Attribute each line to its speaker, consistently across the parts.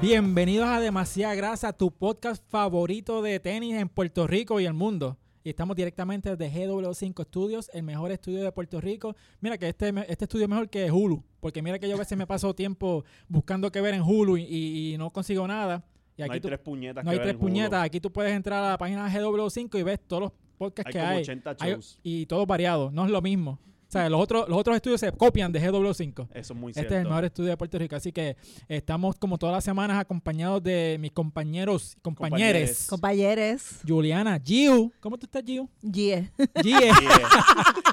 Speaker 1: Bienvenidos a Demasiada Grasa, tu podcast favorito de tenis en Puerto Rico y el mundo. Y estamos directamente desde GW5 Studios, el mejor estudio de Puerto Rico. Mira que este, este estudio es mejor que Hulu, porque mira que yo a veces me paso tiempo buscando qué ver en Hulu y, y- y no consigo nada. Y
Speaker 2: no hay
Speaker 1: aquí tú-
Speaker 2: tres puñetas.
Speaker 1: no
Speaker 2: que
Speaker 1: hay
Speaker 2: ven
Speaker 1: tres
Speaker 2: el jugo.
Speaker 1: puñetas. Aquí tú puedes entrar a la página GW5 y ves todos los podcasts
Speaker 2: Hay
Speaker 1: que
Speaker 2: como
Speaker 1: hay.
Speaker 2: 80
Speaker 1: Hay-
Speaker 2: shows.
Speaker 1: y todos variados, no es lo mismo. O sea, los otros, los otros estudios se copian de GW5.
Speaker 2: Eso es muy
Speaker 1: Este
Speaker 2: cierto.
Speaker 1: es el mejor estudio de Puerto Rico, así que estamos como todas las semanas acompañados de mis compañeros y compañeres.
Speaker 2: Compañeres.
Speaker 3: Compañeros,
Speaker 1: Juliana, Giu. ¿Cómo tú estás, Giu?
Speaker 3: Ye.
Speaker 1: Gie.
Speaker 3: Este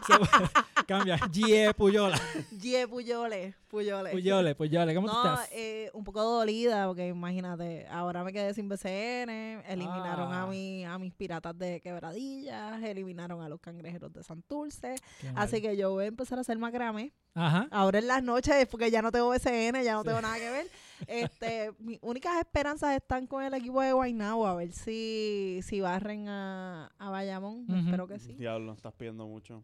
Speaker 2: Yeah.
Speaker 1: Cambia. Gie Puyola.
Speaker 3: Ye Puyole. Puyole.
Speaker 1: Puyole, Puyole. ¿Cómo tú
Speaker 3: No,
Speaker 1: estás?
Speaker 3: eh, un poco dolida, porque imagínate, ahora me quedé sin BCN, eliminaron
Speaker 1: Ah.
Speaker 3: a, mi, a mis piratas de quebradillas, eliminaron a los cangrejeros de Santurce.
Speaker 1: Qué mal.
Speaker 3: Así que yo voy a empezar a hacer macramé.
Speaker 1: Ajá.
Speaker 3: Ahora en las noches, porque ya no tengo BCN, ya no tengo nada que ver. Este, mis únicas esperanzas están con el equipo de Guaynabo, a ver si, si barren a, a Bayamón.
Speaker 1: Ujú.
Speaker 3: Espero que sí.
Speaker 2: Diablo, estás pidiendo mucho.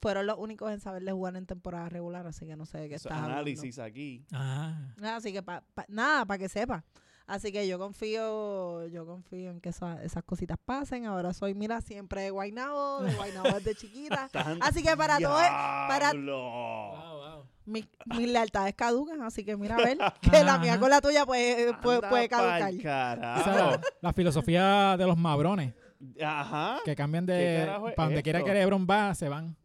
Speaker 3: fueron los únicos en saberle jugar en temporada regular, así que no sé de qué
Speaker 2: Eso es
Speaker 3: estás hablando.
Speaker 2: análisis aquí.
Speaker 1: Ah.
Speaker 3: Nada, Así que pa- pa- nada, para que sepa. Así que yo confío, yo confío en que esa- esas cositas pasen. Ahora soy, mira, siempre de Guaynabo, de Guaynabo desde chiquita. Así que para todo, para-
Speaker 2: todo.
Speaker 3: Mis, mis lealtades caducan, así que mira, a ver, que la mía
Speaker 1: Ajá.
Speaker 3: con la tuya puede, puede, puede caducar.
Speaker 1: Esa es
Speaker 2: Carajo.
Speaker 1: la, la filosofía de los mabrones
Speaker 2: Ajá.
Speaker 1: que cambian
Speaker 2: ¿Qué
Speaker 1: de
Speaker 2: carajo es
Speaker 1: para donde quiera
Speaker 2: esto?
Speaker 1: que Lebron va se van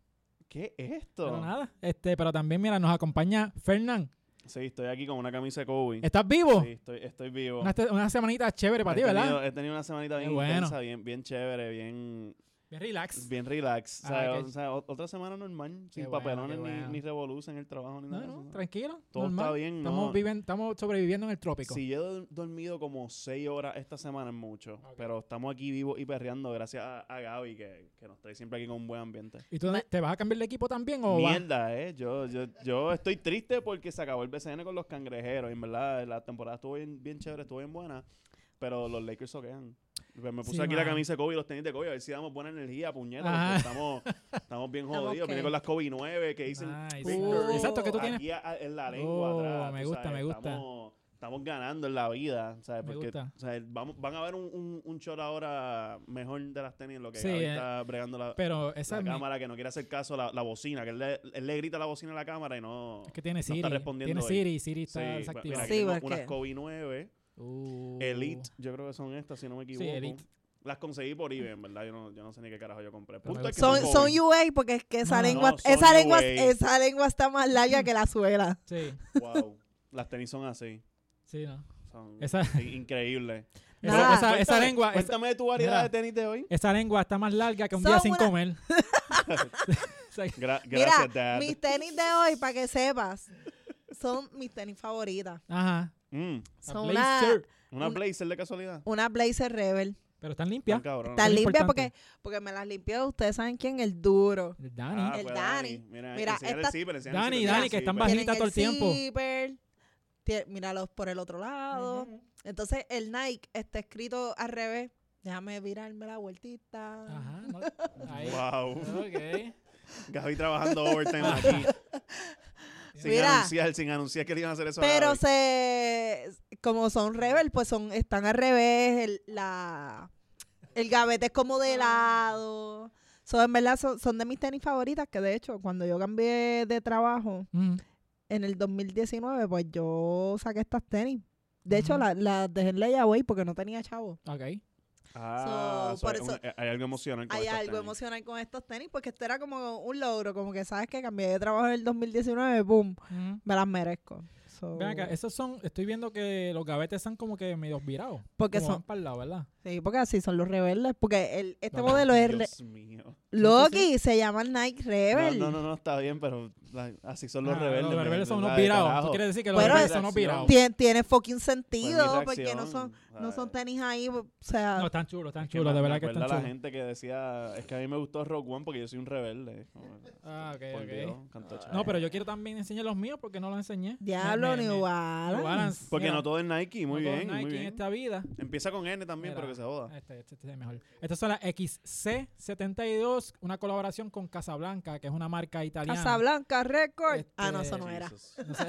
Speaker 2: ¿Qué es
Speaker 1: pero
Speaker 2: esto?
Speaker 1: nada este pero también mira nos acompaña Fernán
Speaker 2: Sí, estoy aquí con una camisa de Kobe.
Speaker 1: estás vivo
Speaker 2: Sí, estoy, estoy vivo. Este
Speaker 1: una, te- una semanita chévere para ti
Speaker 2: he, tenido,
Speaker 1: verdad
Speaker 2: he tenido una semanita
Speaker 1: Qué
Speaker 2: bien
Speaker 1: bueno.
Speaker 2: intensa, bien, bien chévere, bien,
Speaker 1: bien relax
Speaker 2: bien relax. O sea,
Speaker 1: Ah, ok.
Speaker 2: o sea, o- otra semana normal, sin
Speaker 1: bueno,
Speaker 2: papelones
Speaker 1: qué
Speaker 2: ni,
Speaker 1: bueno.
Speaker 2: ni revolución en el trabajo ni
Speaker 1: No,
Speaker 2: nada.
Speaker 1: no,
Speaker 2: eso.
Speaker 1: tranquilo.
Speaker 2: Todo
Speaker 1: normal.
Speaker 2: está bien,
Speaker 1: Estamos,
Speaker 2: ¿no?
Speaker 1: viven- estamos sobreviviendo en el trópico.
Speaker 2: Si yo he dormido como 6 horas esta semana es mucho,
Speaker 1: Ok.
Speaker 2: pero estamos aquí vivos y perreando gracias a, a Gaby que, que nos trae siempre aquí con un buen ambiente.
Speaker 1: ¿Y tú te vas a cambiar de equipo también o vas?
Speaker 2: Mierda, eh. Yo, yo, yo estoy triste porque se acabó el BCN con los cangrejeros. y En verdad, la temporada estuvo bien, bien chévere, estuvo bien buena. Pero los Lakers soquean. Pues Me puse
Speaker 1: Sí,
Speaker 2: aquí la
Speaker 1: mano. Ah.
Speaker 2: camisa de Kobe y los tenis de Kobe, a ver si damos buena energía, puñetas.
Speaker 1: Ajá.
Speaker 2: porque Estamos, estamos bien
Speaker 3: Estamos
Speaker 2: jodidos. Viene
Speaker 3: ok.
Speaker 2: con las Kobe 9 que dicen.
Speaker 1: Nice.
Speaker 2: "Big
Speaker 3: Uh,
Speaker 2: Curry".
Speaker 1: Exacto, que tú tienes.
Speaker 2: Aquí a- en la lengua
Speaker 1: Oh,
Speaker 2: atrás,
Speaker 1: me
Speaker 2: tú
Speaker 1: gusta, me gusta.
Speaker 2: Estamos, estamos ganando en la vida, ¿sabes?
Speaker 1: Me
Speaker 2: Porque
Speaker 1: gusta.
Speaker 2: o sea, vamos, van a ver un, un, un shot ahora mejor de las tenis, lo que
Speaker 1: Sí,
Speaker 2: Gaby
Speaker 1: eh,
Speaker 2: está bregando la,
Speaker 1: Pero esa
Speaker 2: la
Speaker 1: es, mi-
Speaker 2: cámara, que no quiere hacer caso a la, la bocina, que él le, él le grita a la bocina a la cámara y no...
Speaker 1: es que tiene
Speaker 2: está
Speaker 1: Siri. tiene
Speaker 2: respondiendo hoy.
Speaker 1: Siri, Siri
Speaker 2: Sí, pues,
Speaker 1: está
Speaker 2: mira,
Speaker 1: desactivada.
Speaker 2: aquí
Speaker 3: Sí, pues,
Speaker 2: tengo
Speaker 3: porque-
Speaker 2: unas Kobe 9,
Speaker 1: Uh.
Speaker 2: Elite, yo creo que son estas, si no me equivoco.
Speaker 1: Elite.
Speaker 2: Las conseguí por eBay, en verdad, yo no, yo no sé ni qué carajo yo compré.
Speaker 1: Pero
Speaker 2: Punto
Speaker 1: me
Speaker 2: es que
Speaker 3: Son,
Speaker 2: son
Speaker 3: son
Speaker 2: Kobe.
Speaker 3: UA porque es que esa
Speaker 1: No, no,
Speaker 3: lengua,
Speaker 2: no, son
Speaker 3: esa lengua,
Speaker 2: UA.
Speaker 3: esa lengua está más larga que la suela.
Speaker 1: Sí,
Speaker 2: Wow, las tenis son así.
Speaker 1: sí, no.
Speaker 2: Son
Speaker 1: Esa, esa-
Speaker 2: in- increíbles.
Speaker 3: Nada.
Speaker 1: esa- esa
Speaker 2: Cuéntame-
Speaker 1: lengua, esa,
Speaker 2: Cuéntame de tu variedad
Speaker 1: Mira.
Speaker 2: de tenis de hoy.
Speaker 1: esa lengua está más larga que un
Speaker 3: Son
Speaker 1: día sin
Speaker 3: una-
Speaker 1: comer.
Speaker 2: Gra-
Speaker 3: Mira,
Speaker 2: gracias, Dad.
Speaker 3: mis tenis de hoy, para que sepas, son mis tenis favoritas.
Speaker 1: Ajá.
Speaker 2: Mm,
Speaker 1: La
Speaker 3: Son una,
Speaker 1: Blazer.
Speaker 2: una
Speaker 3: Un-
Speaker 2: blazer de casualidad.
Speaker 3: una Blazer Rebel.
Speaker 1: Pero están limpias.
Speaker 2: Tan cabrón.
Speaker 3: Está
Speaker 1: es
Speaker 3: limpia
Speaker 1: importante.
Speaker 3: porque, porque me las limpió. Ustedes saben quién, el duro.
Speaker 1: El Dani.
Speaker 2: Ah,
Speaker 3: El
Speaker 2: fue
Speaker 3: Dani.
Speaker 2: Mira,
Speaker 3: Mira,
Speaker 2: enséñale el
Speaker 3: esta-
Speaker 2: zipper, enséñale el
Speaker 1: Dani, Dani,
Speaker 2: zipper, enséñale
Speaker 1: que están
Speaker 2: zipper.
Speaker 1: más
Speaker 3: Tienen
Speaker 1: listas todo el tiempo.
Speaker 3: zipper, tie- míralos por el otro lado. Entonces, el Nike está escrito al revés. Déjame virarme la vueltita.
Speaker 1: Ajá. no- ahí.
Speaker 2: Wow.
Speaker 1: Ok.
Speaker 2: Gaby trabajando overtime aquí. Sin
Speaker 3: Mira.
Speaker 2: anunciar, sin anunciar que le iban a hacer eso. a
Speaker 3: Pero
Speaker 2: Gaby.
Speaker 3: se como son rebel, pues son están al revés, el, la el gavete es como de lado. So, en verdad son, son de mis tenis favoritas que de hecho cuando yo cambié de trabajo
Speaker 1: Mm.
Speaker 3: en el 2019, pues yo saqué estas tenis. De hecho
Speaker 1: Ujú.
Speaker 3: las las dejé en layaway porque no tenía chavo.
Speaker 1: Ok.
Speaker 2: Ah,
Speaker 3: So, por
Speaker 2: hay un-
Speaker 3: eso-
Speaker 2: hay algo emocionante.
Speaker 3: Hay algo emocional con estos tenis porque esto era como un logro, como que sabes que cambié de trabajo en el 2019, boom,
Speaker 1: Mm.
Speaker 3: me las merezco. So,
Speaker 1: Ven acá, esos son, estoy viendo que los gavetes están como que medio virados.
Speaker 3: porque
Speaker 1: como
Speaker 3: son
Speaker 1: van para el lado, ¿verdad?
Speaker 3: Sí, porque así son los rebeldes. Porque el, este
Speaker 1: No,
Speaker 3: modelo es re-
Speaker 2: Dios mío.
Speaker 3: Loki, se llama Nike
Speaker 2: No,
Speaker 3: Rebel.
Speaker 2: no, no, no, está bien, pero la- así son los
Speaker 1: Ah,
Speaker 2: rebeldes.
Speaker 1: Los rebeldes son unos
Speaker 2: pirados
Speaker 1: virados. ¿Tú quieres decir que los
Speaker 3: Bueno,
Speaker 1: rebeldes son
Speaker 2: es-
Speaker 1: unos virados?
Speaker 3: Tien- tiene fucking
Speaker 2: Pues
Speaker 3: sentido, Pues porque no son, no son tenis ahí, o sea,
Speaker 1: No, están chulos, están
Speaker 2: tan
Speaker 1: chulos, de verdad que están
Speaker 2: la
Speaker 1: chulos.
Speaker 2: gente que decía, es que a mí me gustó Rock One porque yo soy un rebelde. Como,
Speaker 1: Ah, ok,
Speaker 2: por
Speaker 1: ok. Ah.
Speaker 2: Dios, canto chavo.
Speaker 1: No, pero yo quiero también enseñar los míos porque no los enseñé.
Speaker 3: diablo,
Speaker 1: Me- me-
Speaker 3: ni
Speaker 1: me-
Speaker 3: igual.
Speaker 1: New Balance,
Speaker 2: Porque
Speaker 1: mira,
Speaker 2: no todo es Nike, muy
Speaker 1: no todo
Speaker 2: bien,
Speaker 1: Nike
Speaker 2: muy
Speaker 1: en
Speaker 2: bien.
Speaker 1: esta vida.
Speaker 2: Empieza con N también,
Speaker 1: Mira.
Speaker 2: pero que se joda.
Speaker 1: Este, este, este es mejor. Estas son las XC72, una colaboración con Casablanca, que es una marca italiana.
Speaker 3: Casablanca Record.
Speaker 1: Este-
Speaker 3: Ah, no, eso no era.
Speaker 2: Jesus.
Speaker 1: No sé.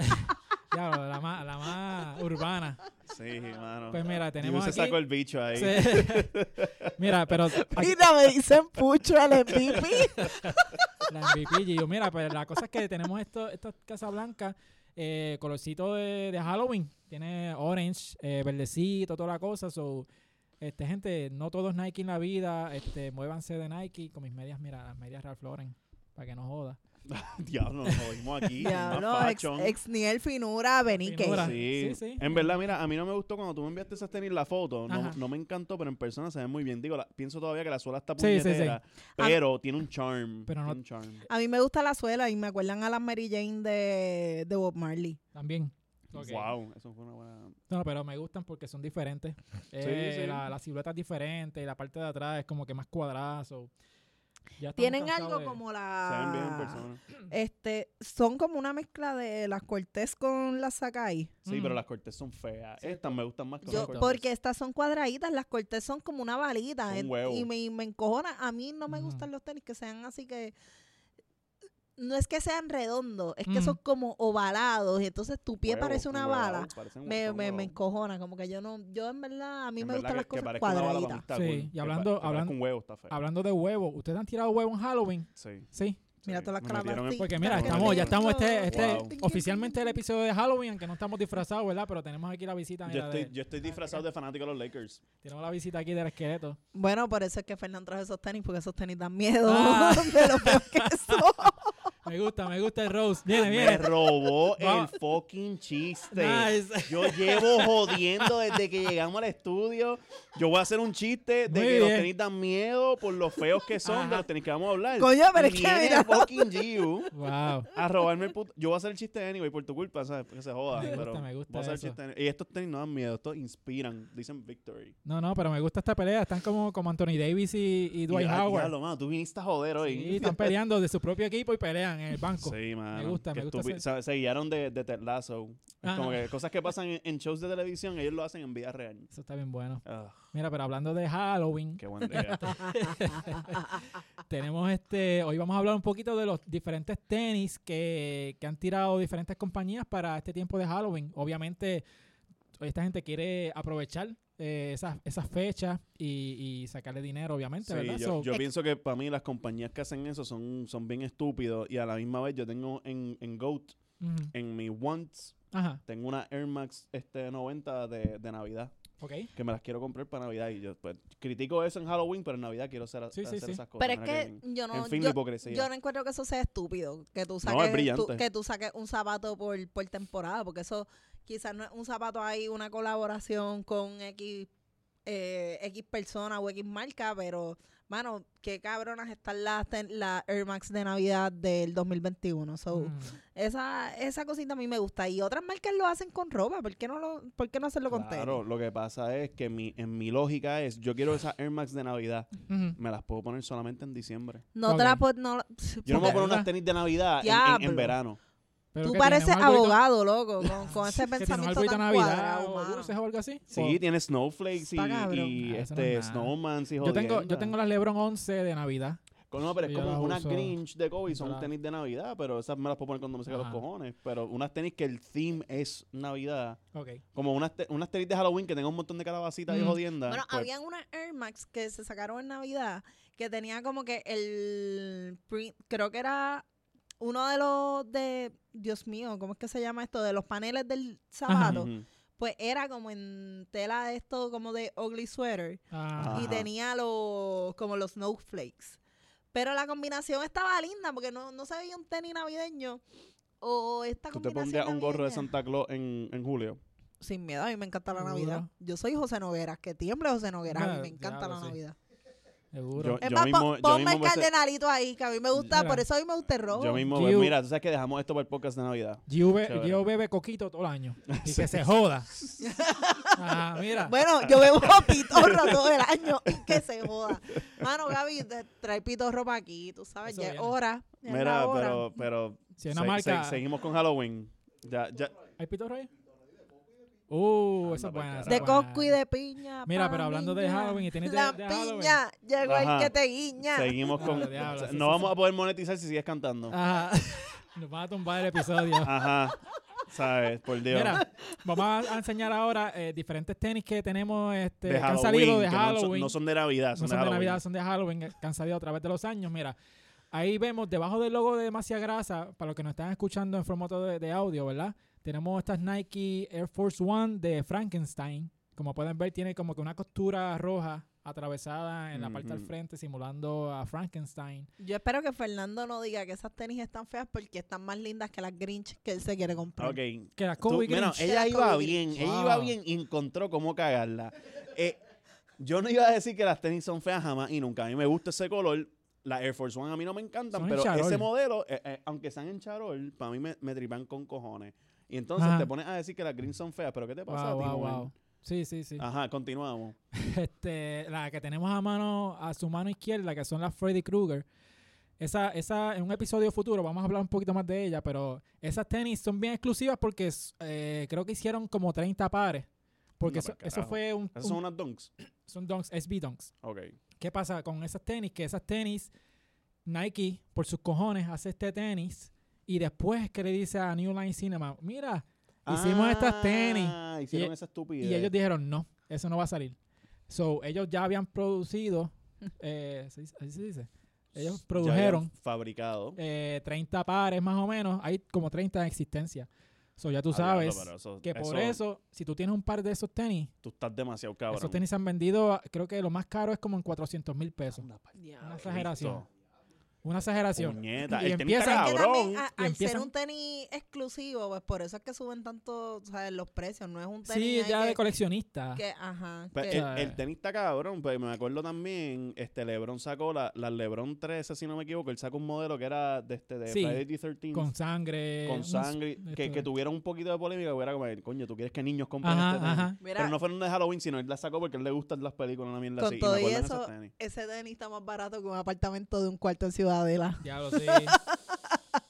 Speaker 1: Ya, lo- la más, la más urbana.
Speaker 2: Sí, mano.
Speaker 1: Pues mira, tenemos
Speaker 2: Tenemos se sacó
Speaker 1: aquí...
Speaker 2: el bicho ahí.
Speaker 1: Sí. Mira, pero aquí-
Speaker 3: Mira, me dicen pucho al MVP.
Speaker 1: la MVP, Gio. Mira, pero la cosa es que tenemos esto, esta Casa Blanca, eh, colorcito de, de Halloween. Tiene orange, eh, verdecito, toda la cosa. So, este, gente, no todos Nike en la vida. Este, muévanse de Nike con mis medias, mira, las medias Ralph Lauren, para que no joda.
Speaker 2: Diablo, nos jodimos aquí.
Speaker 3: Diablo,
Speaker 2: más
Speaker 3: ex,
Speaker 2: fashion.
Speaker 3: ex Niel Finura Benique.
Speaker 1: Finura.
Speaker 2: Sí.
Speaker 1: Sí, sí.
Speaker 2: En verdad, mira, a mí no me gustó cuando tú me enviaste esas tenis la foto. No,
Speaker 1: Ajá.
Speaker 2: no me encantó, pero en persona se ven muy bien. Digo, la- pienso todavía que la suela está
Speaker 1: Sí, sí, sí.
Speaker 2: puñetera, pero tiene un charm.
Speaker 1: Pero
Speaker 2: tiene
Speaker 1: no-
Speaker 2: un charm.
Speaker 3: A mí me gusta la suela y me acuerdan a las Mary Jane de, de Bob Marley.
Speaker 1: También. Ok.
Speaker 2: Wow, eso fue una buena...
Speaker 1: No, pero me gustan porque son diferentes. Eh,
Speaker 2: sí.
Speaker 1: La, la silueta es diferente y la parte de atrás es como que más cuadrada. so, ya estamos
Speaker 3: Tienen
Speaker 1: cansados
Speaker 3: algo
Speaker 1: de-
Speaker 3: como
Speaker 2: eh. Se ven bien en
Speaker 3: la...
Speaker 2: persona.
Speaker 3: Este, son como una mezcla de las Cortés con las Sakai.
Speaker 2: Sí,
Speaker 1: Mm.
Speaker 2: pero las cortes son feas.
Speaker 1: Sí,
Speaker 2: Estas me gustan más que
Speaker 3: Yo,
Speaker 2: las
Speaker 1: Correcto.
Speaker 2: cortes.
Speaker 3: porque estas son cuadraditas, las cortes son como una varita.
Speaker 2: Un
Speaker 3: en-
Speaker 2: huevo.
Speaker 3: Y me, me encojona. A mí no me
Speaker 1: Ujú.
Speaker 3: gustan los tenis que sean así que. No es que sean redondos, es que
Speaker 1: Ujú.
Speaker 3: son como ovalados. Y entonces tu pie
Speaker 2: Huevo,
Speaker 3: parece una
Speaker 2: un huevo,
Speaker 3: bala.
Speaker 2: parecen un-
Speaker 3: Me,
Speaker 2: son
Speaker 3: me, me
Speaker 2: huevos.
Speaker 3: encojona. Como que yo no. Yo en verdad, a mí
Speaker 2: En
Speaker 3: me
Speaker 2: verdad
Speaker 3: gustan las
Speaker 2: que- que
Speaker 3: cosas
Speaker 2: parezca una bala para mí está
Speaker 3: cuadraditas.
Speaker 1: Sí,
Speaker 2: cool.
Speaker 1: y
Speaker 2: Que pa-
Speaker 1: hablando-
Speaker 2: que parezca
Speaker 1: hablando-
Speaker 2: un huevo está feo.
Speaker 1: Hablando de huevos, ¿ustedes han tirado huevos en Halloween?
Speaker 2: Sí.
Speaker 1: Sí.
Speaker 3: Mira
Speaker 2: sí.
Speaker 3: todas las
Speaker 2: Me metieron en-
Speaker 3: calabacitas.
Speaker 1: Porque mira,
Speaker 3: que
Speaker 1: estamos, ya
Speaker 3: tengo.
Speaker 1: estamos este, este
Speaker 2: Wow.
Speaker 1: oficialmente el episodio de Halloween, aunque no estamos disfrazados, ¿verdad? Pero tenemos aquí la visita,
Speaker 2: Yo
Speaker 1: mira,
Speaker 2: estoy,
Speaker 1: de-
Speaker 2: yo estoy disfrazado de fanático de los Lakers.
Speaker 1: tenemos la visita aquí del esqueleto.
Speaker 3: Bueno, por eso es que Fernando trajo esos tenis, porque esos tenis dan miedo.
Speaker 1: Ah.
Speaker 3: de lo peor que son.
Speaker 1: Me gusta, me gusta el Rose. Viene,
Speaker 2: Me
Speaker 1: viene.
Speaker 2: robó el
Speaker 1: Vamos.
Speaker 2: fucking chiste.
Speaker 1: Nice.
Speaker 2: Yo llevo jodiendo desde que llegamos al estudio. Yo voy a hacer un chiste de
Speaker 1: Muy
Speaker 2: que los
Speaker 1: bien.
Speaker 2: tenis dan miedo por los feos que son,
Speaker 1: Ajá.
Speaker 2: de los tenis que vamos a hablar.
Speaker 3: Coño, pero
Speaker 2: Y
Speaker 3: es que
Speaker 2: viene
Speaker 3: mira.
Speaker 2: el fucking Giu
Speaker 1: Wow.
Speaker 2: a robarme el puto. Yo voy a hacer el chiste anyway por tu culpa, ¿sabes? Porque se joda.
Speaker 1: Me gusta,
Speaker 2: pero
Speaker 1: me gusta
Speaker 2: voy a hacer el
Speaker 1: eso.
Speaker 2: chiste anyway. Y estos tenis no dan miedo, estos inspiran. Dicen victory.
Speaker 1: No, no, pero me gusta esta pelea. Están como, como Anthony Davis y, y Dwight
Speaker 2: Y, ah,
Speaker 1: Howard.
Speaker 2: diablo, mano, tú viniste a joder hoy.
Speaker 1: Sí, están peleando de su propio equipo y pelean en el banco.
Speaker 2: Sí, mano.
Speaker 1: gusta,
Speaker 2: qué
Speaker 1: me gusta
Speaker 2: estupi-
Speaker 1: hacer-
Speaker 2: Se, se guiaron de, de Ted Lasso. Es
Speaker 1: Ah.
Speaker 2: como que cosas que pasan en, en shows de televisión, ellos lo hacen en vida real.
Speaker 1: Eso está bien bueno.
Speaker 2: Ah,
Speaker 1: Mira, pero hablando de Halloween,
Speaker 2: qué buen día.
Speaker 1: tenemos este. Hoy vamos a hablar un poquito de los diferentes tenis que, que han tirado diferentes compañías para este tiempo de Halloween. Obviamente, esta gente quiere aprovechar eh, esas, esas fechas y, y sacarle dinero, obviamente,
Speaker 2: Sí,
Speaker 1: ¿verdad?
Speaker 2: yo,
Speaker 1: So,
Speaker 2: yo pienso que para mí las compañías que hacen eso son, son bien estúpidos y a la misma vez yo tengo en, en GOAT,
Speaker 1: ujú.
Speaker 2: en mi Wants,
Speaker 1: Ajá,
Speaker 2: tengo una Air Max este 90 de, de Navidad,
Speaker 1: ok.
Speaker 2: que me las quiero comprar para Navidad y yo pues, critico eso en Halloween, pero en Navidad quiero hacer,
Speaker 1: Sí, sí,
Speaker 2: hacer
Speaker 1: sí.
Speaker 2: esas cosas.
Speaker 3: Pero es
Speaker 2: mira qué
Speaker 3: que
Speaker 2: bien.
Speaker 3: yo no.
Speaker 2: en fin, la
Speaker 3: yo-
Speaker 2: hipocresía.
Speaker 3: Yo no encuentro que eso sea estúpido, que tú
Speaker 2: No, es
Speaker 3: saques,
Speaker 2: brillante.
Speaker 3: tú- que tú saques un zapato por, por temporada, porque eso quizás no es un zapato ahí, una colaboración con X, eh, X persona o X marca, pero, mano, qué cabronas están las ten- las Air Max de Navidad del 2021. So,
Speaker 1: Mm.
Speaker 3: esa, esa cosita a mí me gusta. Y otras marcas lo hacen con ropa, ¿por qué no, lo, por qué no hacerlo con
Speaker 2: Claro,
Speaker 3: tenis?
Speaker 2: lo que pasa es que mi, en mi lógica es, yo quiero esas Air Max de Navidad,
Speaker 1: Ujú.
Speaker 2: me las puedo poner solamente en diciembre.
Speaker 3: No te la
Speaker 1: Ok.
Speaker 3: pon- no,
Speaker 2: Yo no me voy a poner
Speaker 1: ¿Verdad?
Speaker 2: unas tenis de Navidad en- en- en,
Speaker 3: Diablo.
Speaker 2: verano.
Speaker 1: Pero
Speaker 3: Tú
Speaker 1: que
Speaker 3: pareces
Speaker 1: tenemos algo-
Speaker 3: abogado, loco, con, con ese
Speaker 1: que tenemos
Speaker 3: pensamiento
Speaker 1: algo de
Speaker 3: tan
Speaker 1: Navidad
Speaker 3: cuadrado,
Speaker 1: o
Speaker 3: mano.
Speaker 1: dulces o algo así.
Speaker 2: Sí,
Speaker 1: O-
Speaker 2: tiene snowflakes y,
Speaker 3: Está cabrón.
Speaker 2: y,
Speaker 1: Ah, eso no es
Speaker 2: este
Speaker 1: nada.
Speaker 2: snowmans y
Speaker 1: yo tengo, yo
Speaker 2: jodiendas.
Speaker 1: tengo las Lebron 11 de Navidad.
Speaker 2: Con- No, pero es
Speaker 1: Yo las
Speaker 2: como unas
Speaker 1: uso-
Speaker 2: Grinch de Kobe, son
Speaker 1: para-
Speaker 2: tenis de Navidad, pero esas me las puedo poner cuando me saque los
Speaker 1: Ajá.
Speaker 2: cojones. Pero unas tenis que el theme es Navidad,
Speaker 1: Ok.
Speaker 2: como unas, te- unas tenis de Halloween que tenga un montón de calabacitas y
Speaker 1: Mm.
Speaker 2: jodiendas.
Speaker 3: Bueno,
Speaker 2: pues,
Speaker 3: habían unas Air Max que se sacaron en Navidad que tenía como que el print, creo que era uno de los de, Dios mío, ¿cómo es que se llama esto? De los paneles del zapato.
Speaker 2: ujú.
Speaker 3: Pues era como en tela de esto, como de ugly sweater.
Speaker 1: Ah,
Speaker 2: Ajá.
Speaker 3: Y tenía los, como los snowflakes. Pero la combinación estaba linda porque no, no se veía un tenis navideño. O esta
Speaker 2: Tú te
Speaker 3: combinación
Speaker 2: pondrías un gorro de
Speaker 3: navideña.
Speaker 2: Santa Claus en, en julio.
Speaker 3: Sin miedo, a mí me encanta la
Speaker 1: Seguro.
Speaker 3: Navidad. Yo soy José Nogueras, que tiemble José Nogueras, a mí
Speaker 1: Ah,
Speaker 3: me encanta
Speaker 1: diablo,
Speaker 3: la
Speaker 1: sí.
Speaker 3: Navidad.
Speaker 1: seguro.
Speaker 2: Yo
Speaker 3: Es más,
Speaker 2: mismo-
Speaker 3: pon-
Speaker 2: yo
Speaker 3: ponme el
Speaker 2: mismo me sé-
Speaker 3: cardenalito ahí, que a mí me gusta,
Speaker 1: Mira.
Speaker 3: por eso a mí me gusta el rojo.
Speaker 2: Yo mismo, pues,
Speaker 1: Giu.
Speaker 2: mira, tú sabes que dejamos esto para el podcast de Navidad.
Speaker 1: Gio, be-
Speaker 2: Chévere.
Speaker 1: Gio bebe coquito todo el año. Y que se joda. Ah, mira.
Speaker 3: Bueno, yo bebo pitorro todo el año y que se joda. Mano, Gaby, te- trae pitorro para aquí, tú sabes,
Speaker 1: Eso
Speaker 3: ya es
Speaker 1: viene.
Speaker 3: hora. ya es la
Speaker 2: Mira,
Speaker 3: hora.
Speaker 2: pero, pero
Speaker 1: Si hay una
Speaker 2: se-
Speaker 1: marca.
Speaker 2: se- seguimos con Halloween. Ya, ya,
Speaker 1: ¿Hay pitorro ahí? Uh,
Speaker 2: Anda
Speaker 1: esa es
Speaker 2: pa'l
Speaker 1: buena. esa
Speaker 2: carajo.
Speaker 1: es
Speaker 3: De
Speaker 1: buena.
Speaker 3: coco y de piña.
Speaker 1: Mira,
Speaker 3: pa'
Speaker 1: pero hablando de
Speaker 3: niña.
Speaker 1: Halloween y tienes de,
Speaker 3: La
Speaker 1: de Halloween.
Speaker 3: piña, llegó
Speaker 2: Ajá.
Speaker 3: el que te guiña.
Speaker 2: Seguimos
Speaker 1: Ah,
Speaker 2: con.
Speaker 1: diablo, sí, sí,
Speaker 2: no
Speaker 1: Ah.
Speaker 2: vamos
Speaker 1: sí.
Speaker 2: a poder monetizar si sigues cantando.
Speaker 1: Ajá. Nos van a tumbar el episodio.
Speaker 2: Ajá. ¿Sabes? Por Dios.
Speaker 1: Mira, vamos a enseñar ahora eh, diferentes tenis que tenemos este,
Speaker 2: de
Speaker 1: que han
Speaker 2: Halloween.
Speaker 1: salido de
Speaker 2: que no son-
Speaker 1: Halloween.
Speaker 2: No son, de Navidad, son,
Speaker 1: No son de
Speaker 2: Halloween.
Speaker 1: Navidad, son de Halloween, eh, que han salido a través de los años. Mira, ahí vemos debajo del logo de Demasiada Grasa, para los que nos están escuchando en formato de, de audio, ¿verdad? Tenemos estas Nike Air Force One de Frankenstein. Como pueden ver, tiene como que una costura roja atravesada en la parte del
Speaker 2: Ujú.
Speaker 1: frente, simulando a Frankenstein.
Speaker 3: Yo espero que Fernando no diga que esas tenis están feas porque están más lindas que las Grinch que él se quiere comprar.
Speaker 2: Ok.
Speaker 1: Que la
Speaker 2: Tú-
Speaker 1: Kobe
Speaker 2: bueno,
Speaker 1: Grinch.
Speaker 2: ella
Speaker 3: Era
Speaker 2: iba
Speaker 3: Kobe
Speaker 2: bien,
Speaker 1: Grinch.
Speaker 2: ella iba
Speaker 1: Wow.
Speaker 2: bien y encontró cómo cagarla. Eh, yo no iba a decir que las tenis son feas jamás y nunca. A mí me gusta ese color. Las Air Force One a mí no me encantan,
Speaker 1: Son en
Speaker 2: pero
Speaker 1: charol.
Speaker 2: ese modelo, eh, eh, aunque sean en charol, para mí me, me tripan con cojones. Y entonces
Speaker 1: Ajá.
Speaker 2: te pones a decir que las green son feas, pero ¿qué te pasa
Speaker 1: Wow,
Speaker 2: a ti,
Speaker 1: wow,
Speaker 2: Noel?
Speaker 1: wow. Sí, sí, sí.
Speaker 2: Ajá, continuamos.
Speaker 1: Este, la que tenemos a mano, a su mano izquierda, que son las Freddy Krueger. Esa, esa, en un episodio futuro vamos a hablar un poquito más de ella, pero esas tenis son bien exclusivas porque es- eh, creo que hicieron como 30 pares. Porque
Speaker 2: No,
Speaker 1: eso,
Speaker 2: pa'l
Speaker 1: eso
Speaker 2: carajo.
Speaker 1: fue un,
Speaker 2: Esas
Speaker 1: un-
Speaker 2: son unas dunks.
Speaker 1: son dunks, SB dunks.
Speaker 2: Ok.
Speaker 1: ¿Qué pasa con esas tenis? Que esas tenis, Nike, por sus cojones, hace este tenis y después es que le dice a New Line Cinema, mira, hicimos estas tenis.
Speaker 2: Ah, Hicieron
Speaker 1: Y-
Speaker 2: esa estupidez.
Speaker 1: Y ellos dijeron, no, eso no va a salir. So, ellos ya habían producido, eh, ¿se dice- así se dice? Ellos
Speaker 2: Ya
Speaker 1: produjeron
Speaker 2: habían Fabricado.
Speaker 1: eh, 30 pares más o menos, hay como 30 en existencia. So, ya tú
Speaker 2: Ah, diablo,
Speaker 1: sabes
Speaker 2: pero eso-
Speaker 1: que por eso, si tú tienes un par de esos tenis,
Speaker 2: Tú estás demasiado cabrón.
Speaker 1: esos tenis se han vendido, a- creo que lo más caro es como en 400 mil pesos.
Speaker 2: Anda pa'l
Speaker 1: Una
Speaker 3: Diablo.
Speaker 1: exageración.
Speaker 2: Cristo.
Speaker 1: Una exageración.
Speaker 2: Puñeta,
Speaker 1: Y
Speaker 2: el tenis
Speaker 1: empiezan-
Speaker 2: está
Speaker 1: Es
Speaker 3: Que
Speaker 2: cabrón.
Speaker 3: también,
Speaker 1: Y
Speaker 3: a- al ser
Speaker 1: empiezan-
Speaker 3: un tenis exclusivo, pues por eso es que suben tanto o sea, los precios. No es un
Speaker 1: Sí,
Speaker 3: tenis ahí
Speaker 1: ya de
Speaker 3: que,
Speaker 1: coleccionista.
Speaker 3: que- ajá,
Speaker 2: Pe-
Speaker 3: que-
Speaker 2: Pues, el, el tenis está cabrón, pero me acuerdo también, este LeBron sacó la, la LeBron 13, si no me equivoco, él sacó un modelo que era de este de
Speaker 1: Sí,
Speaker 2: Friday the 13
Speaker 1: Con
Speaker 2: con,
Speaker 1: sangre. un-
Speaker 2: sangre, que,
Speaker 1: esto-
Speaker 2: que tuviera un poquito de polémica, que era como, coño, tú quieres que niños compren este
Speaker 1: Ajá,
Speaker 2: tenis.
Speaker 1: ajá.
Speaker 3: mira,
Speaker 2: Pero no fueron de Halloween, sino él la sacó porque a él le gustan las películas, una mierda
Speaker 3: Con
Speaker 2: así. y me
Speaker 3: todo y
Speaker 2: acuerdo de
Speaker 3: eso,
Speaker 2: esos tenis.
Speaker 3: ese tenis está más barato que un apartamento de un cuarto en Ciudadela.
Speaker 1: Diablo, sí.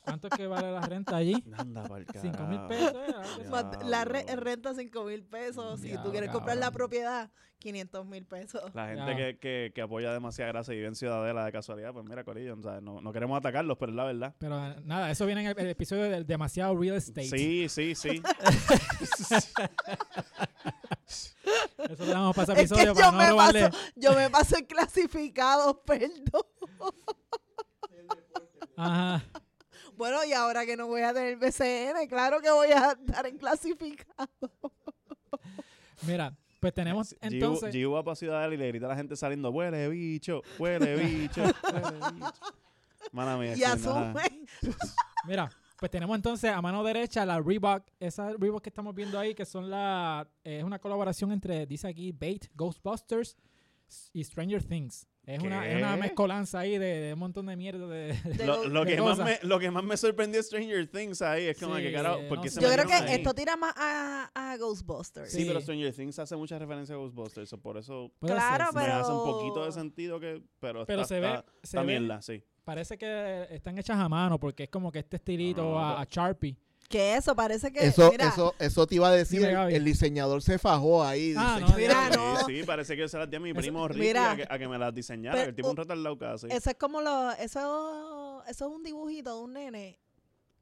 Speaker 1: ¿Cuánto es que vale la renta allí?
Speaker 2: Anda pa'l
Speaker 1: 5 mil
Speaker 2: carajo.
Speaker 1: pesos. eh, algo así.
Speaker 2: Ya,
Speaker 3: Más- la re-
Speaker 2: cabrón.
Speaker 3: renta 5 mil pesos. Si
Speaker 1: Diablo,
Speaker 3: tú quieres comprar la
Speaker 1: cabrón.
Speaker 3: propiedad, 500 mil pesos.
Speaker 2: La gente
Speaker 1: Ya.
Speaker 2: que, que, que apoya demasiada grasa y vive en Ciudadela de casualidad, pues mira, Corillo, o sea, no, no queremos atacarlos, pero es la verdad.
Speaker 1: Pero eh, nada, eso viene en el, el episodio del demasiado real estate.
Speaker 2: Sí, sí, sí.
Speaker 1: Eso lo damos para ese
Speaker 3: Es que
Speaker 1: episodio para
Speaker 3: yo
Speaker 1: no
Speaker 3: me,
Speaker 1: robarle.
Speaker 3: paso, yo me paso en clasificados, perdón.
Speaker 1: Ajá.
Speaker 3: Bueno, y ahora que no voy a tener BCN, claro que voy a estar en clasificado.
Speaker 1: Mira, pues tenemos
Speaker 2: Giu-
Speaker 1: entonces.
Speaker 2: Giu va para Ciudadela y le grita a la gente saliendo, huele bicho, huele bicho, huele bicho. Mala mía.
Speaker 3: Y
Speaker 2: sí, nada.
Speaker 3: asume.
Speaker 1: Mira, pues tenemos entonces a mano derecha la Reebok. Esas Reebok que estamos viendo ahí, que son la. eh, es una colaboración entre, dice aquí, Bait, Ghostbusters s- y Stranger Things. Es una, es una
Speaker 2: ¿Qué?
Speaker 1: mezcolanza ahí de, de un montón de mierda. de- de-
Speaker 3: De
Speaker 2: Lo,
Speaker 3: go-
Speaker 2: lo
Speaker 1: de
Speaker 2: que más me,
Speaker 1: cosas.
Speaker 2: lo que más me sorprendió es Stranger Things ahí es como
Speaker 1: Sí,
Speaker 2: que carajo,
Speaker 1: no
Speaker 2: ¿por qué
Speaker 1: sé.
Speaker 2: se
Speaker 3: yo creo que
Speaker 2: metieron ahí?
Speaker 3: esto tira más a, a Ghostbusters.
Speaker 2: Sí, pero
Speaker 1: Sí.
Speaker 2: Stranger Things hace mucha referencia a Ghostbusters, so por eso
Speaker 1: puede
Speaker 3: Claro,
Speaker 1: ser, sí.
Speaker 2: me hace un
Speaker 3: Ah, Pero-
Speaker 2: poquito de sentido que, pero,
Speaker 1: Pero
Speaker 2: está,
Speaker 1: se ve.
Speaker 2: está-
Speaker 1: Se
Speaker 2: está
Speaker 1: ve-
Speaker 2: mierda, sí.
Speaker 1: Parece que están hechas a mano porque es como que este estilito
Speaker 2: No, no,
Speaker 1: a,
Speaker 2: no.
Speaker 1: a Sharpie.
Speaker 3: Que eso parece que.
Speaker 4: Eso,
Speaker 3: mira,
Speaker 4: eso, eso te iba a decir.
Speaker 1: Dime,
Speaker 4: el-
Speaker 1: Gaby.
Speaker 4: el diseñador se fajó ahí.
Speaker 1: Ah,
Speaker 4: dice-
Speaker 1: no,
Speaker 3: Mira, no.
Speaker 2: Sí, sí, parece que se las di a mi primo Ricky
Speaker 3: mira.
Speaker 2: a, que, a que me las diseñara, que
Speaker 3: Pero,
Speaker 2: el tipo es un
Speaker 3: uh,
Speaker 2: retardado casi.
Speaker 3: Eso es como lo. Eso, eso es un dibujito de un nene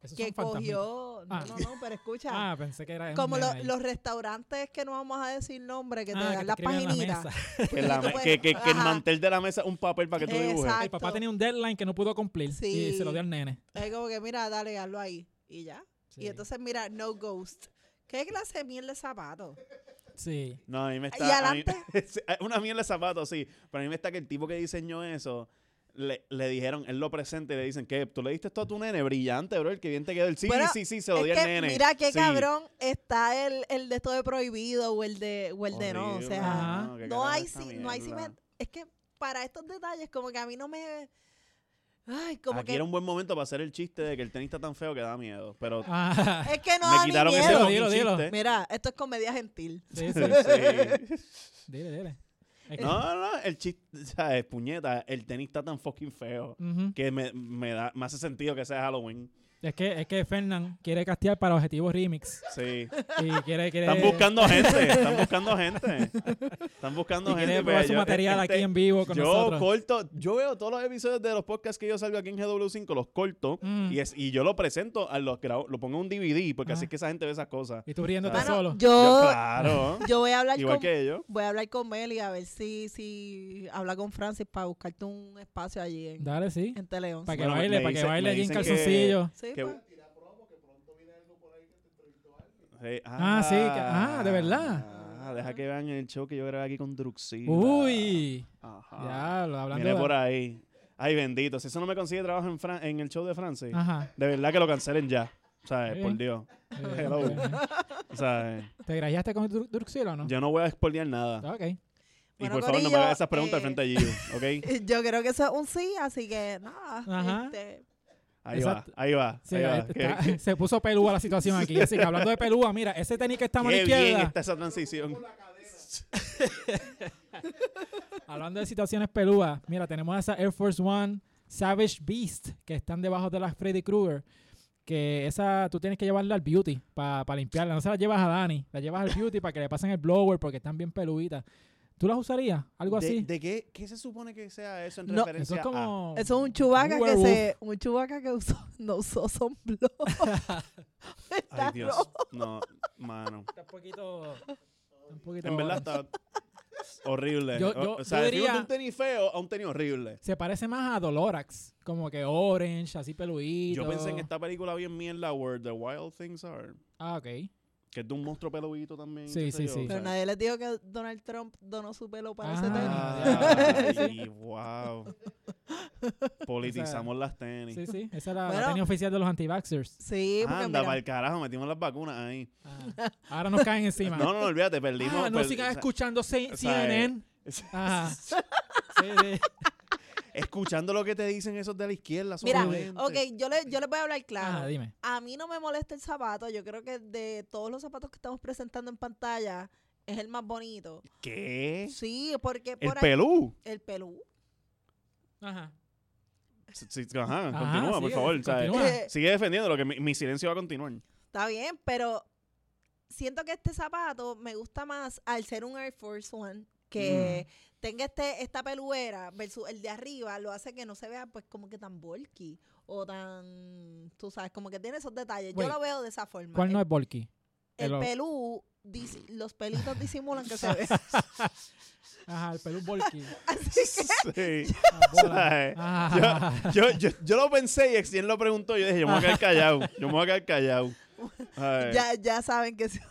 Speaker 1: Esos
Speaker 3: que
Speaker 1: son fantasmitas.
Speaker 3: cogió.
Speaker 1: Ah.
Speaker 3: No, no, no, pero escucha.
Speaker 1: Ah, pensé que era. un
Speaker 3: como lo-
Speaker 1: nene ahí.
Speaker 3: los restaurantes que no vamos a decir nombre, que te
Speaker 1: Ah,
Speaker 3: dan las
Speaker 1: escriben en la
Speaker 3: paginitas.
Speaker 1: mesa.
Speaker 2: que, la
Speaker 3: tú
Speaker 2: me-
Speaker 3: puedes-
Speaker 2: que, que- que el
Speaker 3: ajá.
Speaker 2: mantel de la mesa es un papel para que tú dibujes.
Speaker 3: Exacto.
Speaker 1: El papá tenía un deadline que no pudo cumplir y se lo dio
Speaker 3: Sí.
Speaker 1: al nene.
Speaker 3: Es como que, mira, dale, hazlo ahí. Y ya.
Speaker 1: Sí.
Speaker 3: Y entonces, mira, no ghost. ¿Qué clase de miel de zapato?
Speaker 1: Sí.
Speaker 2: No, a mí me está.
Speaker 3: Y
Speaker 2: a mí-
Speaker 3: adelante.
Speaker 2: Sí, una mierda de zapatos, sí. Pero a mí me está que el tipo que diseñó eso. Le, le dijeron, él lo presenta y le dicen, que tú le diste esto a tu nene, brillante, bro, el que bien te quedó. El sí,
Speaker 3: Bueno,
Speaker 2: sí, sí, se lo di
Speaker 3: es
Speaker 2: al
Speaker 3: que,
Speaker 2: nene.
Speaker 3: mira qué
Speaker 2: Sí.
Speaker 3: cabrón está el, el de esto de prohibido o el de, o el de no. O
Speaker 2: Horrible, Ah,
Speaker 3: sea,
Speaker 1: Ajá.
Speaker 2: qué
Speaker 3: no
Speaker 2: carajo
Speaker 3: hay,
Speaker 2: esta
Speaker 3: si- no hay
Speaker 2: mierda.
Speaker 3: simet- Es que para estos detalles, como que a mí no me. Ay, como
Speaker 2: Aquí
Speaker 3: que.
Speaker 2: era un buen momento para hacer el chiste de que el tenis está tan feo que da miedo. Pero
Speaker 1: Ah,
Speaker 3: Es que no
Speaker 2: me
Speaker 3: da ni
Speaker 2: quitaron ese ¿Eh?
Speaker 3: miedo.
Speaker 1: fucking Dilo, dilo, dilo.
Speaker 2: chiste.
Speaker 3: Mira, esto es comedia gentil.
Speaker 1: sí, sí.
Speaker 2: Sí.
Speaker 1: Dile, dile. Es que-
Speaker 2: No, no, el chiste, ¿sabes? Puñeta, el tenis está tan fucking feo
Speaker 1: Ujú.
Speaker 2: que me, me da, me hace sentido que sea Halloween.
Speaker 1: Es que, es que Fernán quiere castear para Objetivo Remix.
Speaker 2: Sí.
Speaker 1: Y quiere, quiere,
Speaker 2: Están buscando gente, están buscando gente. Están
Speaker 1: y
Speaker 2: buscando
Speaker 1: quiere
Speaker 2: gente.
Speaker 1: probar
Speaker 2: pues,
Speaker 1: su
Speaker 2: yo-
Speaker 1: material
Speaker 2: este,
Speaker 1: aquí en vivo con
Speaker 2: yo
Speaker 1: nosotros.
Speaker 2: corto, yo veo todos los episodios de los podcasts que yo salgo aquí en GW5, los corto
Speaker 1: Mm.
Speaker 2: y, es, y yo lo presento, a los grabo- lo pongo en un DVD porque así
Speaker 1: Ah.
Speaker 2: es que esa gente ve esas cosas.
Speaker 1: y tú riéndote
Speaker 2: Mano,
Speaker 1: solo.
Speaker 3: Yo,
Speaker 2: Ah, Yo, claro,
Speaker 3: yo voy a hablar
Speaker 2: igual
Speaker 3: con
Speaker 2: que ellos.
Speaker 3: voy a hablar con Meli a ver si, si habla con Francis para buscarte un espacio allí en,
Speaker 1: Dale, sí.
Speaker 3: en Tele 11.
Speaker 1: Para que
Speaker 2: Bueno, me-
Speaker 1: baile,
Speaker 2: me
Speaker 1: para que
Speaker 2: dice-
Speaker 1: baile
Speaker 2: me
Speaker 1: allí en
Speaker 2: dicen que-
Speaker 1: calzoncillo.
Speaker 3: Sí,
Speaker 2: que-
Speaker 3: pues.
Speaker 2: Sí,
Speaker 1: Ah, sí, que- ah, ¿de verdad?
Speaker 2: Ah, deja que vean el show que yo grabé aquí con Druxila.
Speaker 1: Uy.
Speaker 2: Ajá.
Speaker 1: Diablo, hablando
Speaker 2: Ah. Viene
Speaker 1: de-
Speaker 2: por ahí. Ay, bendito. Si eso no me consigue trabajo en, Fran- en el show de Francis,
Speaker 1: Ajá.
Speaker 2: de verdad que lo cancelen ya. ¿Sabes?
Speaker 1: Sí.
Speaker 2: Por Dios. Hello.
Speaker 1: Eh,
Speaker 2: ¿Sabes?
Speaker 1: ¿Te grallaste con Dru- Druxil o no?
Speaker 2: Yo no voy a expoliar nada.
Speaker 1: Ah, Ok.
Speaker 2: Y
Speaker 3: Bueno,
Speaker 2: por favor, no me
Speaker 3: corillo,
Speaker 2: hagas esas preguntas
Speaker 3: eh,
Speaker 2: frente a Gio, ¿ok?
Speaker 3: Yo creo que eso es un sí, así que nada.
Speaker 1: Ajá.
Speaker 3: este,
Speaker 2: Ahí
Speaker 1: Exacto.
Speaker 2: va, ahí va.
Speaker 1: Sí,
Speaker 2: ahí va.
Speaker 1: está-
Speaker 2: Qué- qué-
Speaker 1: se puso pelúa la situación aquí. Así que hablando de pelúa, mira, ese tenis que está a mano
Speaker 2: qué bien
Speaker 1: izquierda.
Speaker 2: está esa transición.
Speaker 1: Hablando de situaciones pelúas, mira, tenemos a esa Air Force One Savage Beast que están debajo de las Freddy Krueger. Que esa tú tienes que llevarla al beauty para limpiarla. No se la llevas a Dani, la llevas al beauty para que le pasen el blower porque están bien peluditas. ¿Tú las usarías? Algo
Speaker 2: ¿De,
Speaker 1: así.
Speaker 2: de qué, qué se supone que sea eso en
Speaker 3: No,
Speaker 1: Eso
Speaker 2: referencia
Speaker 1: es
Speaker 2: a...?
Speaker 1: como.
Speaker 3: eso es un chubaca que
Speaker 1: werewolf.
Speaker 3: se, un chubaca que usó, no usó sombrero.
Speaker 2: Ay,
Speaker 3: Está
Speaker 2: Dios.
Speaker 3: rojo.
Speaker 2: No, mano.
Speaker 1: Está un poquito. un poquito-
Speaker 2: En verdad está horrible.
Speaker 1: Yo- yo-
Speaker 2: o sea,
Speaker 1: yo
Speaker 2: decimos
Speaker 1: diría-
Speaker 2: de un tenis feo a un tenis horrible.
Speaker 1: Se parece más a Dolorax. Como que orange, así peludito.
Speaker 2: Yo pensé en esta película bien mierda, Where the Wild Things Are,
Speaker 1: Ah, ok.
Speaker 2: que es de un monstruo peludito también.
Speaker 1: Sí,
Speaker 2: qué sé
Speaker 1: sí,
Speaker 2: yo,
Speaker 1: sí.
Speaker 2: o sea.
Speaker 3: Pero nadie les dijo que Donald Trump donó su pelo para ese tenis.
Speaker 1: Ah,
Speaker 2: Ah, y wow. Politizamos las tenis.
Speaker 1: Sí, sí. Esa era la
Speaker 3: Bueno.
Speaker 1: tenis oficial de los anti-vaxxers.
Speaker 3: Sí, porque
Speaker 2: Anda,
Speaker 3: mira,
Speaker 2: para el carajo, metimos las vacunas ahí.
Speaker 1: Ah, Ahora nos caen encima.
Speaker 2: No, no, no, olvídate, perdimos.
Speaker 1: ah, no
Speaker 2: per-
Speaker 1: sigan
Speaker 2: o sea,
Speaker 1: escuchando C-
Speaker 2: o sea, eh,
Speaker 1: CNN.
Speaker 2: es-
Speaker 1: Ajá. Sí, sí.
Speaker 2: Escuchando lo que te dicen esos de la izquierda. son
Speaker 3: Mira,
Speaker 2: gente.
Speaker 3: ok, yo le, yo les voy a hablar claro.
Speaker 1: Ajá, Ah, dime.
Speaker 3: a mí no me molesta el zapato. Yo creo que de todos los zapatos que estamos presentando en pantalla, es el más bonito.
Speaker 2: ¿Qué?
Speaker 3: Sí, porque
Speaker 2: El
Speaker 3: por ahí-
Speaker 2: pelú.
Speaker 3: el pelú.
Speaker 1: Ajá.
Speaker 2: Sí, sí, Ajá,
Speaker 1: Ajá,
Speaker 2: continúa, por
Speaker 1: sigue,
Speaker 2: favor. o sea,
Speaker 1: continúa.
Speaker 3: Eh,
Speaker 2: Sigue defendiendo lo que mi, mi silencio va a continuar.
Speaker 3: está bien, pero siento que este zapato me gusta más al ser un Air Force One que
Speaker 1: Mm.
Speaker 3: tenga este esta peluera versus el de arriba lo hace que no se vea pues como que tan bulky o tan tú sabes como que tiene esos detalles
Speaker 1: Wait,
Speaker 3: yo lo veo de esa forma
Speaker 1: ¿Cuál
Speaker 3: el,
Speaker 1: no es Volky?
Speaker 3: el
Speaker 1: el-
Speaker 3: pelú dis- los pelitos disimulan que se ve
Speaker 1: Ajá, el pelú Volky.
Speaker 2: Sí.
Speaker 1: Ah, bola.
Speaker 2: ¿Sabes?
Speaker 1: Ah,
Speaker 2: Yo, yo, yo lo pensé y Exien lo preguntó. Yo dije, yo me voy a quedar callado. Yo me voy a quedar callado. Ay,
Speaker 3: ya ya saben que si Si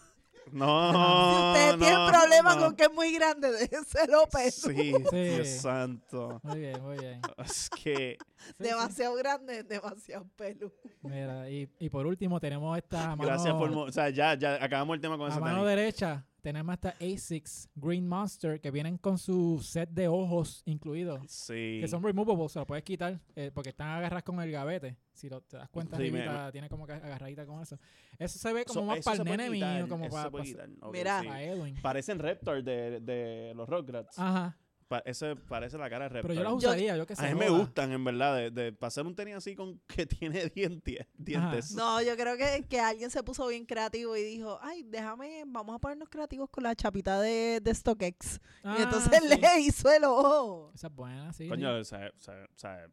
Speaker 2: No.
Speaker 3: ustedes tienen
Speaker 2: no,
Speaker 3: problemas
Speaker 2: no.
Speaker 3: con que es muy grande, déjenselo, pero
Speaker 2: Sí,
Speaker 1: Sí.
Speaker 2: Dios santo.
Speaker 1: Muy bien, muy bien.
Speaker 2: Es que.
Speaker 1: Sí, sí.
Speaker 3: demasiado grande, demasiado pelo.
Speaker 1: Mira, y, y por último tenemos esta mano,
Speaker 2: Gracias por. mo- O sea, ya, ya acabamos el tema con
Speaker 1: a
Speaker 2: esa
Speaker 1: mano
Speaker 2: tenis.
Speaker 1: derecha. Tenemos esta A6 Green Monster que vienen con su set de ojos incluidos.
Speaker 2: Sí.
Speaker 1: Que son removables, se lo puedes quitar eh, porque están agarradas con el gavete. Si lo, te das cuenta,
Speaker 2: Sí, me-
Speaker 1: arribita, tiene como que agarradita con eso. Eso se ve como
Speaker 2: So,
Speaker 1: más
Speaker 2: eso
Speaker 1: para
Speaker 2: se
Speaker 1: el
Speaker 2: puede
Speaker 1: nene
Speaker 2: quitar,
Speaker 1: mío, como
Speaker 2: eso se
Speaker 1: para,
Speaker 2: puede quitar, ok,
Speaker 3: Mira.
Speaker 2: sí.
Speaker 1: Edwin.
Speaker 2: Parecen Raptor de, de los Rugrats.
Speaker 1: Ajá,
Speaker 2: Pa- ese parece la cara de Raptor.
Speaker 1: Ah. pero yo las
Speaker 3: Yo-
Speaker 1: usaría, yo, que sé.
Speaker 2: a mí me
Speaker 1: joda.
Speaker 2: gustan, en verdad, de, de pasar un tenis así con que tiene dientes. dientes.
Speaker 3: No, yo creo que, que alguien se puso bien creativo y dijo, ay, déjame, vamos a ponernos creativos con la chapita de, de StockX.
Speaker 1: Ah,
Speaker 3: y entonces
Speaker 1: sí.
Speaker 3: le hizo el ojo.
Speaker 1: Esa es buena, sí.
Speaker 2: Coño, se, se- se-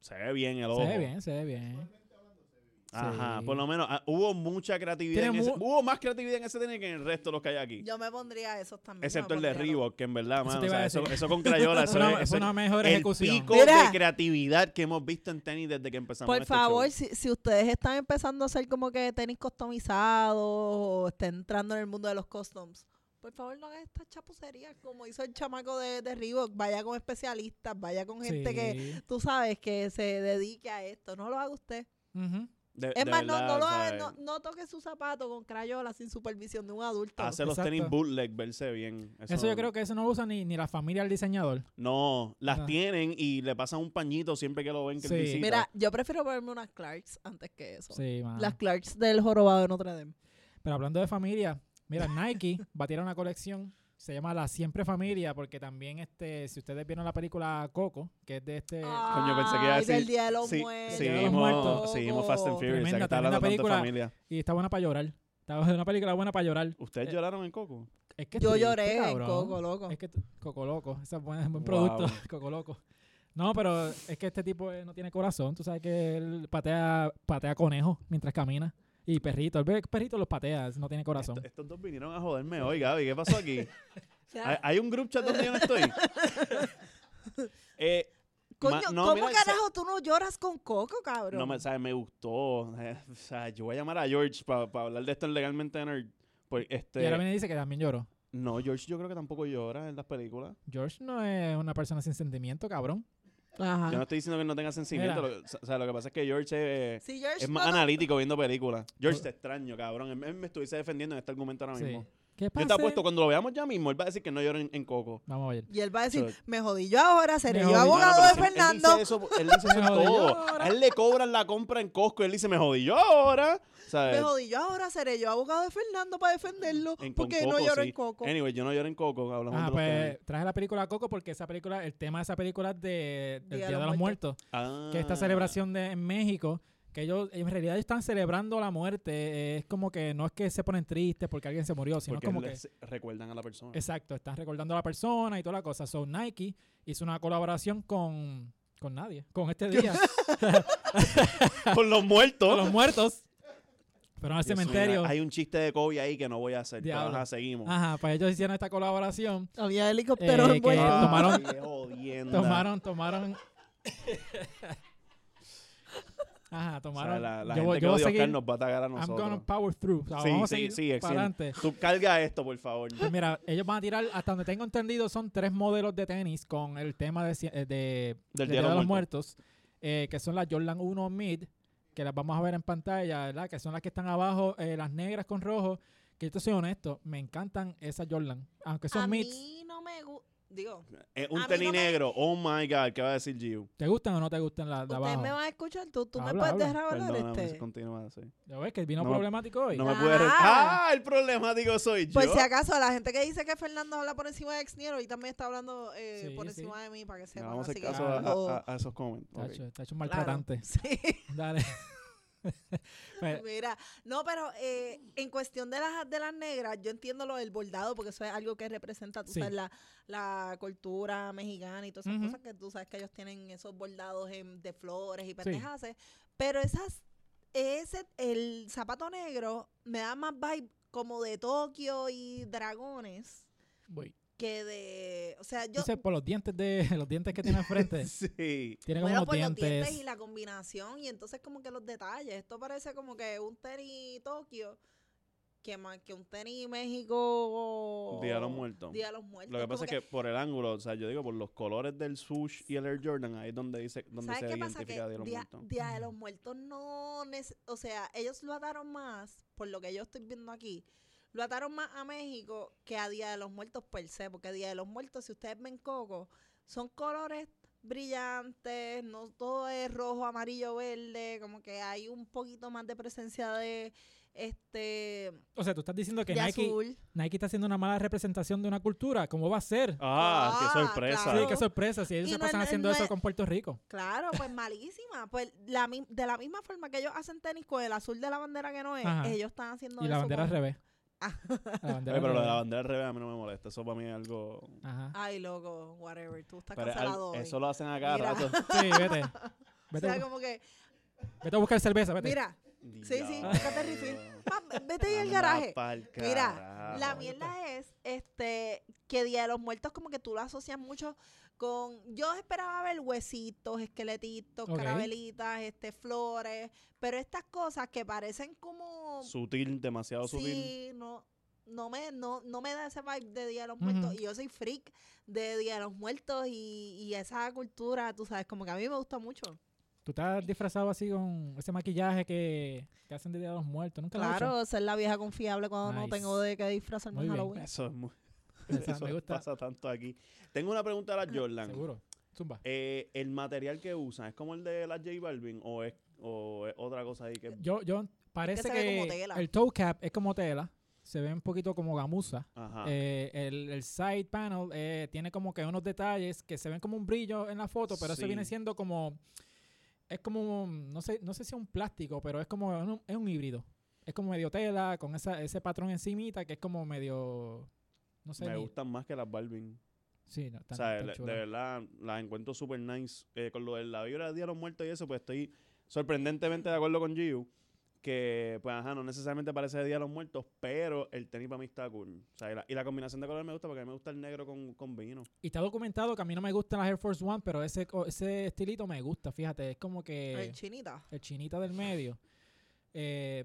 Speaker 2: se ve bien el
Speaker 1: sí.
Speaker 2: ojo.
Speaker 1: Se ve bien, se ve bien.
Speaker 2: Ajá,
Speaker 1: Sí.
Speaker 2: por lo menos ah, hubo mucha creatividad. En
Speaker 1: Tiene
Speaker 2: ese,
Speaker 1: mu-
Speaker 2: hubo más creatividad en ese tenis que en el resto de los que hay aquí.
Speaker 3: Yo me pondría esos también.
Speaker 2: Excepto
Speaker 3: me
Speaker 2: el de
Speaker 3: pondría los-
Speaker 2: Reebok, que en verdad,
Speaker 1: Eso
Speaker 2: mano,
Speaker 1: te
Speaker 2: o
Speaker 1: iba a
Speaker 2: sea, eso,
Speaker 1: decir.
Speaker 2: eso con crayola, eso,
Speaker 1: Fue una,
Speaker 2: es- eso
Speaker 1: fue una mejor
Speaker 2: es el
Speaker 1: ejecución.
Speaker 2: pico de
Speaker 3: Mira.
Speaker 2: creatividad que hemos visto en tenis desde que empezamos
Speaker 3: Por
Speaker 2: este
Speaker 3: favor,
Speaker 2: show.
Speaker 3: si, si ustedes están empezando a hacer como que tenis customizados o estén entrando en el mundo de los customs, por favor no hagan estas chapucerías como hizo el chamaco de, de Reebok. Vaya con especialistas, vaya con gente que
Speaker 1: Sí.
Speaker 3: tú sabes que se dedique a esto. No lo haga usted.
Speaker 1: Ujú.
Speaker 2: De-
Speaker 3: Es
Speaker 2: de
Speaker 3: más, no-
Speaker 2: verdad,
Speaker 3: no, lo
Speaker 2: ¿sabes?
Speaker 3: haga, no, no toque su zapato con crayola sin supervisión de un adulto.
Speaker 2: Hacer los
Speaker 1: Exacto.
Speaker 2: tenis bootleg, verse bien.
Speaker 1: Eso yo creo que eso no lo usa ni, ni la familia del diseñador.
Speaker 2: No, las
Speaker 1: Ah.
Speaker 2: tienen y le pasan un pañito siempre que lo ven que él
Speaker 1: Sí.
Speaker 2: visita.
Speaker 3: Mira, yo prefiero ponerme unas Clarks antes que eso.
Speaker 1: Sí, mano.
Speaker 3: Las Clarks del jorobado de Notre Dame.
Speaker 1: Pero hablando de familia, mira, Nike va a tirar una colección Se llama La Siempre Familia, porque también, este, si ustedes vieron la película Coco, que es de este...
Speaker 3: Ah.
Speaker 2: Coño, pensé que iba a
Speaker 3: Ay, del
Speaker 2: decir-
Speaker 3: Día de los
Speaker 2: Sí,
Speaker 3: Muertos.
Speaker 2: seguimos,
Speaker 1: muertos.
Speaker 2: seguimos Fast and Furious.
Speaker 1: Tremenda,
Speaker 2: ya que está
Speaker 1: tremenda
Speaker 2: hablando tanto de
Speaker 1: película.
Speaker 2: familia.
Speaker 1: Y está buena para llorar. Está una película buena para llorar.
Speaker 2: ¿Ustedes
Speaker 1: Eh,
Speaker 2: lloraron en Coco?
Speaker 1: Es que es
Speaker 3: Yo
Speaker 1: triste,
Speaker 3: lloré en
Speaker 1: cabrón.
Speaker 3: Coco, loco.
Speaker 1: Es que t- Coco Loco, ese es buen, buen
Speaker 2: Wow.
Speaker 1: producto, Coco Loco. No, pero es que este tipo eh, no tiene corazón. Tú sabes que él patea, patea conejos mientras camina. Y perrito, el be- perrito los patea, no tiene corazón.
Speaker 2: Est- Estos dos vinieron a joderme hoy, Gaby. ¿Qué pasó aquí? ¿Hay,
Speaker 3: Ya.
Speaker 2: hay un group chat donde yo no estoy? Eh,
Speaker 3: Coño,
Speaker 2: ma- no,
Speaker 3: ¿cómo
Speaker 2: mira, sa-
Speaker 3: carajo tú no lloras con Coco, cabrón?
Speaker 2: No, me, ¿sabes? me gustó. eh, o sea, yo voy a llamar a George para hablar de esto en legalmente nerd. Pues,
Speaker 1: Y ahora
Speaker 2: este,
Speaker 1: viene y dice que también lloró.
Speaker 2: no, George yo creo que tampoco llora en las películas.
Speaker 1: George no es una persona sin sentimiento, cabrón.
Speaker 3: Ajá.
Speaker 2: Yo no estoy diciendo que no tenga sentimiento.
Speaker 1: Ah. Mira.
Speaker 2: Lo, o sea, lo que pasa es que George es,
Speaker 3: Si George
Speaker 2: es más
Speaker 3: no-
Speaker 2: analítico viendo películas. George, te extraño, cabrón. Él- Él me estuviese defendiendo en este argumento ahora
Speaker 1: Pues Sí.
Speaker 2: mismo.
Speaker 1: ¿Qué
Speaker 2: Yo
Speaker 1: pasa?
Speaker 2: te apuesto, cuando lo veamos ya mismo, él va a decir que no llora en, en Coco.
Speaker 1: Vamos a ver.
Speaker 3: Y él va a decir,
Speaker 2: So-
Speaker 3: me jodí yo ahora, seré
Speaker 1: Me
Speaker 3: yo
Speaker 1: jodí.
Speaker 3: abogado
Speaker 2: No, no,
Speaker 3: de
Speaker 2: pero si él- Él
Speaker 3: Fernando.
Speaker 2: dice eso, él dice eso en
Speaker 1: Me jodí
Speaker 2: todo.
Speaker 1: ahora.
Speaker 2: A él le cobran la compra en Costco. Él dice, me jodí yo ahora. ¿Sabes?
Speaker 3: Me jodí yo ahora, seré yo abogado de Fernando para defenderlo.
Speaker 2: En- con
Speaker 3: porque no
Speaker 2: Coco,
Speaker 3: lloro
Speaker 2: sí.
Speaker 3: en Coco.
Speaker 2: Anyway, yo no lloro en Coco. Hablamos
Speaker 1: Ah,
Speaker 2: de los temas.
Speaker 1: pues traje la película Coco porque esa película, el tema de esa película es de el Día de los Muertos.
Speaker 2: Ah.
Speaker 1: pues, que esta celebración de en México, que ellos en realidad ellos están celebrando la muerte, eh, es como que no es que se ponen tristes porque alguien se murió, sino
Speaker 2: Porque
Speaker 1: como que
Speaker 2: les recuerdan a la persona.
Speaker 1: exacto, están recordando a la persona y toda la cosa. So Nike hizo una colaboración con con nadie, con este día,
Speaker 2: Con los muertos.
Speaker 1: con los muertos. Fueron al
Speaker 2: Dios mío,
Speaker 1: cementerio.
Speaker 2: hay un chiste de Kobe ahí que no voy a hacer. pero
Speaker 1: Diablo.
Speaker 2: ajá, seguimos.
Speaker 1: Ajá, pues ellos hicieron esta colaboración.
Speaker 3: Había helicóptero
Speaker 1: Eh, que-
Speaker 3: envuelto.
Speaker 2: Ay,
Speaker 1: tomaron-
Speaker 2: qué jodienda.
Speaker 1: Tomaron, tomaron. Ajá,
Speaker 2: O sea,
Speaker 1: tomaron.
Speaker 2: la la
Speaker 1: yo
Speaker 2: gente
Speaker 1: voy-
Speaker 2: que
Speaker 1: yo voy a
Speaker 2: odia a Oscar
Speaker 1: seguir-
Speaker 2: nos va a atacar a
Speaker 1: I'm
Speaker 2: nosotros.
Speaker 1: gonna power through. O sea,
Speaker 2: Sí,
Speaker 1: vamos a
Speaker 2: sí,
Speaker 1: seguir
Speaker 2: sí,
Speaker 1: para
Speaker 2: excelente.
Speaker 1: adelante.
Speaker 2: Tú carga esto, por favor.
Speaker 1: Pues mira, ellos van a tirar, hasta donde tengo entendido, son tres modelos de tenis con el tema de, ci- eh, de- del Día de los Muertos, eh, que son las Jordan 1 Mid, que las vamos a ver en pantalla, ¿verdad? Que son las que están abajo, eh, las negras con rojo, que yo te soy honesto, me encantan esas Jordan, aunque son
Speaker 3: a
Speaker 1: Mids.
Speaker 3: mí no me gusta. Digo,
Speaker 2: Eh,
Speaker 3: A
Speaker 2: un
Speaker 3: mí
Speaker 2: tenis
Speaker 3: no me-
Speaker 2: negro. Oh my God, ¿qué va a decir Gio?
Speaker 1: ¿Te gustan o no te gustan las de
Speaker 3: ustedes
Speaker 1: abajo?
Speaker 3: me van a escuchar. Tú, tú me
Speaker 1: Habla,
Speaker 3: puedes
Speaker 1: habla.
Speaker 3: dejar hablar
Speaker 2: Perdóname,
Speaker 3: este.
Speaker 2: continúa, sí.
Speaker 1: Ya ves que vino
Speaker 2: No me-
Speaker 1: problemático hoy.
Speaker 2: No me pude... re-
Speaker 3: Ah.
Speaker 2: ¡Ah! El problemático soy yo.
Speaker 3: Pues si acaso, a la gente que dice que Fernando habla por encima de Exnier, hoy también está hablando eh,
Speaker 1: Sí,
Speaker 3: por
Speaker 1: sí.
Speaker 3: encima de mí para que
Speaker 2: No,
Speaker 3: sepan.
Speaker 2: vamos a
Speaker 3: así
Speaker 2: hacer
Speaker 3: que
Speaker 2: caso
Speaker 1: ya
Speaker 2: a,
Speaker 3: lo-
Speaker 2: a- a esos comments.
Speaker 1: Está
Speaker 2: ok.
Speaker 1: hecho, está hecho un
Speaker 3: claro.
Speaker 1: maltratante.
Speaker 3: Sí,
Speaker 1: Dale. Pues,
Speaker 3: mira. No, pero eh, en cuestión de las de las negras, yo entiendo lo del bordado, porque eso es algo que representa, tú
Speaker 1: Sí.
Speaker 3: sabes, la, la cultura mexicana y todas esas
Speaker 1: Ujú.
Speaker 3: cosas que tú sabes que ellos tienen esos bordados en- de flores y pendejaces. Pero esas, ese, el zapato negro me da más vibe como de Tokio y dragones.
Speaker 1: voy.
Speaker 3: que de, o sea, yo
Speaker 1: Entonces, por los dientes de los dientes que tiene al frente,
Speaker 3: este.
Speaker 2: Sí.
Speaker 1: tiene como
Speaker 3: bueno
Speaker 1: unos
Speaker 3: por los
Speaker 1: dientes.
Speaker 3: dientes y la combinación y entonces como que los detalles, esto parece como que un tenis Tokio que más que un tenis México
Speaker 2: Día de los muertos.
Speaker 3: Oh, Día de los Muertos.
Speaker 2: Lo que
Speaker 3: Como
Speaker 2: pasa es que por el ángulo, o sea, yo digo, por los colores del sush y el Air Jordan, ahí es donde, dice, donde
Speaker 3: ¿sabes
Speaker 2: se
Speaker 3: qué pasa? Que
Speaker 2: identifica Día de los
Speaker 3: Día,
Speaker 2: Muertos.
Speaker 3: Día de los
Speaker 1: Ujú.
Speaker 3: Muertos no, nece- o sea, ellos lo ataron más, por lo que yo estoy viendo aquí, lo ataron más a México que a Día de los Muertos per se, porque Día de los Muertos, si ustedes ven Coco, son colores brillantes, no todo es rojo, amarillo, verde, como que hay un poquito más de presencia de este
Speaker 1: O sea, tú estás diciendo que
Speaker 3: de
Speaker 1: Nike
Speaker 3: azul.
Speaker 1: Nike está haciendo una mala representación de una cultura. ¿Cómo va a ser?
Speaker 2: Ah, qué
Speaker 3: Ah,
Speaker 2: sorpresa.
Speaker 3: claro.
Speaker 1: Sí, qué sorpresa. Si ellos
Speaker 3: Y
Speaker 1: se
Speaker 3: no
Speaker 1: pasan
Speaker 3: es-
Speaker 1: haciendo
Speaker 3: no
Speaker 1: eso
Speaker 3: es-
Speaker 1: con Puerto Rico.
Speaker 3: Claro, pues malísima. Pues la mi- de la misma forma que ellos hacen tenis con el azul de la bandera que no es,
Speaker 1: Ajá.
Speaker 3: ellos están haciendo
Speaker 1: y la
Speaker 3: eso
Speaker 1: bandera al
Speaker 3: con-
Speaker 1: revés.
Speaker 3: Ah.
Speaker 1: La bandera
Speaker 2: Oye,
Speaker 1: al
Speaker 2: pero lo de la
Speaker 1: revés.
Speaker 2: bandera al revés a mí no me molesta. Eso para mí es algo...
Speaker 1: Ajá.
Speaker 3: Ay, loco, whatever, tú estás
Speaker 2: Pero es al-
Speaker 3: cancelado hoy.
Speaker 2: eso lo hacen acá,
Speaker 3: Mira.
Speaker 2: rato.
Speaker 1: Sí, vete.
Speaker 3: o
Speaker 1: Vete,
Speaker 3: sea,
Speaker 1: a bu-
Speaker 3: como que,
Speaker 1: vete a buscar cerveza, vete.
Speaker 3: mira, sí, sí,
Speaker 2: Diablo.
Speaker 3: búscate refill. pa, vete ahí al
Speaker 2: Anda
Speaker 3: garaje.
Speaker 2: pa'l
Speaker 3: Mira, la
Speaker 2: carajo.
Speaker 3: mierda es este que Día de los Muertos como que tú lo asocias mucho con yo esperaba ver huesitos, esqueletitos,
Speaker 1: Ok.
Speaker 3: carabelitas, este flores, pero estas cosas que parecen como
Speaker 2: Sutil, demasiado sutil.
Speaker 3: Sí, no, no me, no, no me da ese vibe de Día de los Muertos.
Speaker 1: Ujú.
Speaker 3: Y yo soy freak de Día de los Muertos y, y esa cultura, tú sabes, como que a mí me gusta mucho.
Speaker 1: Tú estás disfrazado así con ese maquillaje que, que hacen de Día de los Muertos. Nunca lo
Speaker 3: Claro, ser la vieja confiable cuando no
Speaker 1: Nice.
Speaker 3: tengo de qué disfrazarme
Speaker 1: Muy
Speaker 3: en
Speaker 1: bien.
Speaker 3: Halloween.
Speaker 2: Eso es muy...
Speaker 1: he hecho. O sea,
Speaker 2: eso
Speaker 1: me gusta.
Speaker 2: pasa tanto aquí. Tengo una pregunta a la Jordan.
Speaker 1: Seguro. Zumba.
Speaker 2: Eh, ¿El material que usan es como el de la J Balvin o es, o es otra cosa ahí que...
Speaker 1: Yo, yo, parece
Speaker 3: se
Speaker 1: que,
Speaker 3: ve como tela.
Speaker 1: el toe cap es como tela. se ve un poquito como gamuza.
Speaker 2: Ajá.
Speaker 1: Eh, el, el side panel eh, tiene como que unos detalles que se ven como un brillo en la foto, pero eso
Speaker 2: Sí.
Speaker 1: viene siendo como. Es como. un- No sé, no sé si es un plástico, pero es como. un- es un híbrido. Es como medio tela, con esa, ese patrón encimita que es como medio. No sé.
Speaker 2: me
Speaker 1: ni-
Speaker 2: gustan más que las Balvin.
Speaker 1: Sí, no,
Speaker 2: O
Speaker 1: tan-
Speaker 2: sea,
Speaker 1: tan
Speaker 2: le- de
Speaker 1: chula.
Speaker 2: verdad, las encuentro super nice. Eh, con lo de la vibra de Día de los Muertos y eso, pues estoy sorprendentemente de acuerdo con Giu. Que, pues, ajá, no necesariamente parece de Día de los Muertos, pero el tenis para mí está cool. O sea, y la, y la combinación de colores me gusta porque a mí me gusta el negro con, con vino.
Speaker 1: Y está documentado que a mí no me gustan las Air Force One, pero ese, co- ese estilito me gusta, fíjate. Es como que
Speaker 3: Ay, chinita.
Speaker 1: el chinita del medio. Eh,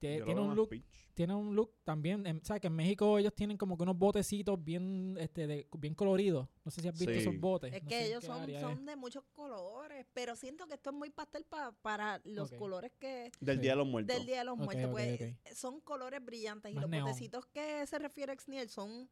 Speaker 1: te-
Speaker 2: Yo lo
Speaker 1: tiene
Speaker 2: veo
Speaker 1: un
Speaker 2: más
Speaker 1: look
Speaker 2: peach.
Speaker 1: tiene un look también, em, sabes que en México ellos tienen como que unos botecitos bien este de- bien coloridos. No sé si has visto
Speaker 2: Sí.
Speaker 1: esos botes.
Speaker 3: Es
Speaker 1: no sé
Speaker 3: que
Speaker 1: en
Speaker 3: ellos
Speaker 1: qué
Speaker 3: son,
Speaker 1: área es.
Speaker 3: son de muchos colores, pero siento que esto es muy pastel pa- para los
Speaker 1: Ok.
Speaker 3: colores que
Speaker 2: Del
Speaker 1: Sí.
Speaker 2: Día de los Muertos.
Speaker 3: del Día de los
Speaker 1: Ok,
Speaker 3: Muertos,
Speaker 1: ok,
Speaker 3: pues
Speaker 1: ok.
Speaker 3: eh, son colores brillantes y
Speaker 1: Más
Speaker 3: los
Speaker 1: neón.
Speaker 3: botecitos que se refiere Xniel son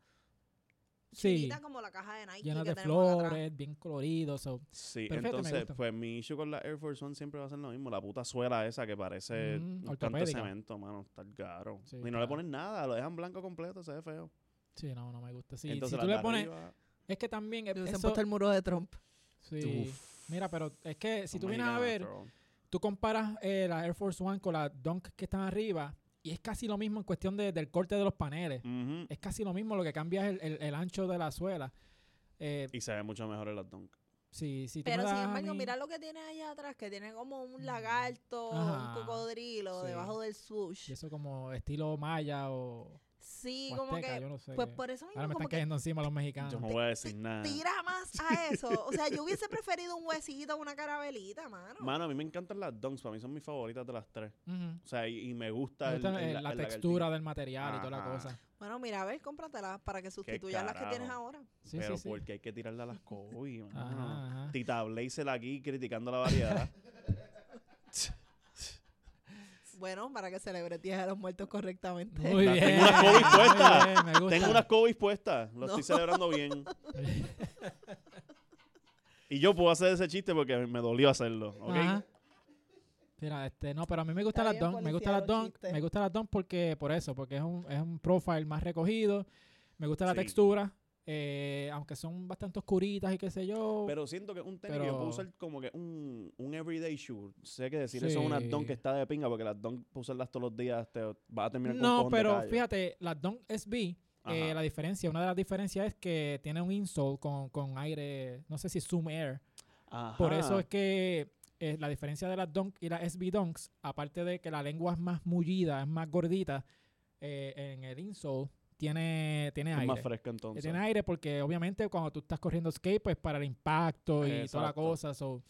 Speaker 1: Sí,
Speaker 3: chinitas como la caja de Nike
Speaker 1: llenos
Speaker 3: que
Speaker 1: de
Speaker 3: tenemos atrás.
Speaker 1: flores, bien coloridos. so,
Speaker 2: Sí,
Speaker 1: Perfecto, me
Speaker 2: entonces,
Speaker 1: gusta.
Speaker 2: pues mi issue con la Air Force One siempre va a ser lo mismo. La puta suela esa que parece
Speaker 1: Mm,
Speaker 2: un canto de
Speaker 1: ortopédica.
Speaker 2: cemento, mano. Está caro.
Speaker 1: Sí,
Speaker 2: y no
Speaker 1: claro.
Speaker 2: le ponen nada, lo dejan blanco completo, se ve feo.
Speaker 1: sí, no, no me gusta. Sí,
Speaker 2: entonces,
Speaker 1: si tú
Speaker 2: las
Speaker 1: le
Speaker 2: de
Speaker 1: pones,
Speaker 2: arriba,
Speaker 1: es que también eh,
Speaker 3: Le hubiesen
Speaker 1: eso-
Speaker 3: puesto el muro de Trump.
Speaker 1: sí.
Speaker 2: uf,
Speaker 1: Mira, pero es que si
Speaker 2: son
Speaker 1: tú vienes a
Speaker 2: mexicanas,
Speaker 1: ver,
Speaker 2: bro.
Speaker 1: tú comparas eh, la Air Force One con la Dunk que están arriba y es casi lo mismo en cuestión de- del corte de los paneles.
Speaker 2: Ujú.
Speaker 1: Es casi lo mismo, lo que cambia es el, el- el ancho de la suela. Eh,
Speaker 2: Y se ve mucho mejor el Dunk.
Speaker 1: si, si tú me
Speaker 3: Pero sin
Speaker 1: das a
Speaker 3: embargo,
Speaker 1: mí-
Speaker 3: mira lo que tiene allá atrás, que tiene como un
Speaker 1: Mm.
Speaker 3: lagarto,
Speaker 1: Ajá,
Speaker 3: un cocodrilo
Speaker 1: sí.
Speaker 3: debajo del swoosh.
Speaker 1: Y eso como estilo maya o
Speaker 3: Sí,
Speaker 1: o
Speaker 3: como
Speaker 1: azteca,
Speaker 3: que
Speaker 1: yo no sé.
Speaker 3: pues
Speaker 1: qué.
Speaker 3: por eso mismo
Speaker 1: Ahora me
Speaker 3: como
Speaker 1: están
Speaker 3: que
Speaker 1: cayendo encima los mexicanos.
Speaker 2: Yo no
Speaker 3: Te-
Speaker 2: voy a decir nada.
Speaker 3: tira más a eso. O sea, yo hubiese preferido un huesito, una carabelita, mano.
Speaker 2: Mano, a mí me encantan las Dunks. Para mí son mis favoritas de las tres.
Speaker 1: Ujú.
Speaker 2: O sea, y, y me gusta.
Speaker 1: Me
Speaker 2: el-
Speaker 1: gusta,
Speaker 2: el-
Speaker 1: eh, la textura
Speaker 2: el lagartijo.
Speaker 1: del material y toda la
Speaker 2: Ajá.
Speaker 1: cosa.
Speaker 3: Bueno, mira, a ver, cómpratelas para que sustituyas las que tienes
Speaker 2: carajo.
Speaker 3: ahora.
Speaker 1: Sí,
Speaker 2: Pero
Speaker 1: sí, Ah. sí.
Speaker 2: porque hay que tirarle a las Kobe, mano.
Speaker 1: Ajá, ajá.
Speaker 2: Tita Blazer aquí criticando la variedad.
Speaker 3: Bueno, para que celebre el Día de los Muertos correctamente.
Speaker 1: Muy
Speaker 2: Las
Speaker 1: bien.
Speaker 2: tengo unas Kobe
Speaker 1: muy
Speaker 2: puestas.
Speaker 1: bien, me gusta.
Speaker 2: Tengo unas Kobe puestas. Lo
Speaker 3: No.
Speaker 2: estoy celebrando bien. Y yo puedo hacer ese chiste porque me dolió hacerlo. ¿ok?
Speaker 1: Ajá. Mira, este, no, pero a mí me gusta
Speaker 3: Está
Speaker 1: la
Speaker 3: bien
Speaker 1: Dunk, me gusta la
Speaker 3: policiado el
Speaker 1: Dunk,
Speaker 3: chiste.
Speaker 1: me gusta la Dunk porque por eso, porque es un, es un profile más recogido, me gusta la
Speaker 2: Sí.
Speaker 1: textura, eh, aunque son bastante oscuritas y qué sé yo.
Speaker 2: Pero siento que un tenis
Speaker 1: Pero-
Speaker 2: que yo puedo usar como que un, un everyday shoe. Sé que decir
Speaker 1: Sí.
Speaker 2: eso es una don que está de pinga porque las don puedo usarlas todos los días. Te vas a terminar con un
Speaker 1: no,
Speaker 2: cojón de
Speaker 1: pero
Speaker 2: callo.
Speaker 1: fíjate, la Dunk SB Eh,
Speaker 2: Ajá.
Speaker 1: la diferencia, una de las diferencias es que tiene un insole con, con aire, no sé si Zoom Air. Por eso
Speaker 2: Ajá.
Speaker 1: es que eh, la diferencia de las Dunk y las SB Dunks, aparte de que la lengua es más mullida, es más gordita, eh, en el insole tiene, tiene
Speaker 2: es
Speaker 1: aire.
Speaker 2: más fresca
Speaker 1: Eh,
Speaker 2: entonces.
Speaker 1: tiene aire porque obviamente cuando tú estás corriendo skate, pues para el impacto y toda la
Speaker 2: Exacto.
Speaker 1: cosa. so,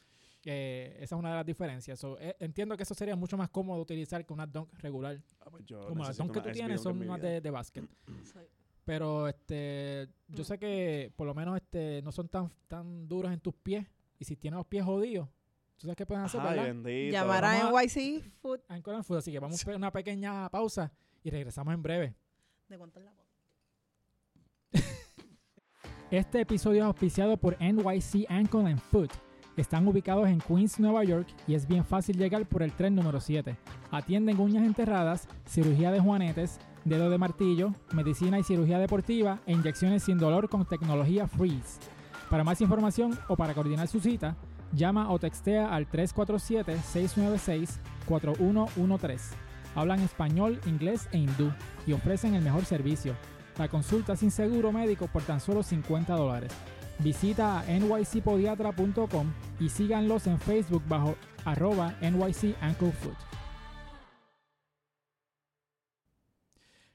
Speaker 1: eh, esa es una de las diferencias. So, eh, entiendo que eso sería mucho más cómodo utilizar que una Dunk regular.
Speaker 2: Ah, pues yo
Speaker 1: Como las
Speaker 2: necesito
Speaker 1: Dunk que
Speaker 2: una
Speaker 1: tú
Speaker 2: SB
Speaker 1: tienes
Speaker 2: dunk en
Speaker 1: son
Speaker 2: mi
Speaker 1: más
Speaker 2: vida.
Speaker 1: de, de básquet.
Speaker 3: Soy-
Speaker 1: Pero este, yo
Speaker 3: Mm.
Speaker 1: sé que por lo menos este, no son tan, tan duros en tus pies. Y si tienes los pies jodidos, tú sabes qué pueden hacer,
Speaker 2: Ay,
Speaker 1: ¿verdad?
Speaker 2: bendito.
Speaker 3: Llamar a
Speaker 1: Vamos
Speaker 3: NYC Food.
Speaker 1: A Anchor and Food. Así que vamos a hacer una pequeña pausa y regresamos en breve.
Speaker 3: ¿De cuánto es la voz?
Speaker 1: Este episodio es auspiciado por NYC Ankle and Foot. Están ubicados en Queens, Nueva York y es bien fácil llegar por el tren número 7. Atienden uñas enterradas, cirugía de juanetes, dedo de martillo, medicina y cirugía deportiva e inyecciones sin dolor con tecnología Freeze. Para más información o para coordinar su cita, llama o textea al 347-696-4113. Hablan español, inglés e hindú y ofrecen el mejor servicio. La consulta sin seguro médico por tan solo 50 dólares. Visita a nycpodiatra.com y síganlos en Facebook bajo arroba NYC Ankle Foot.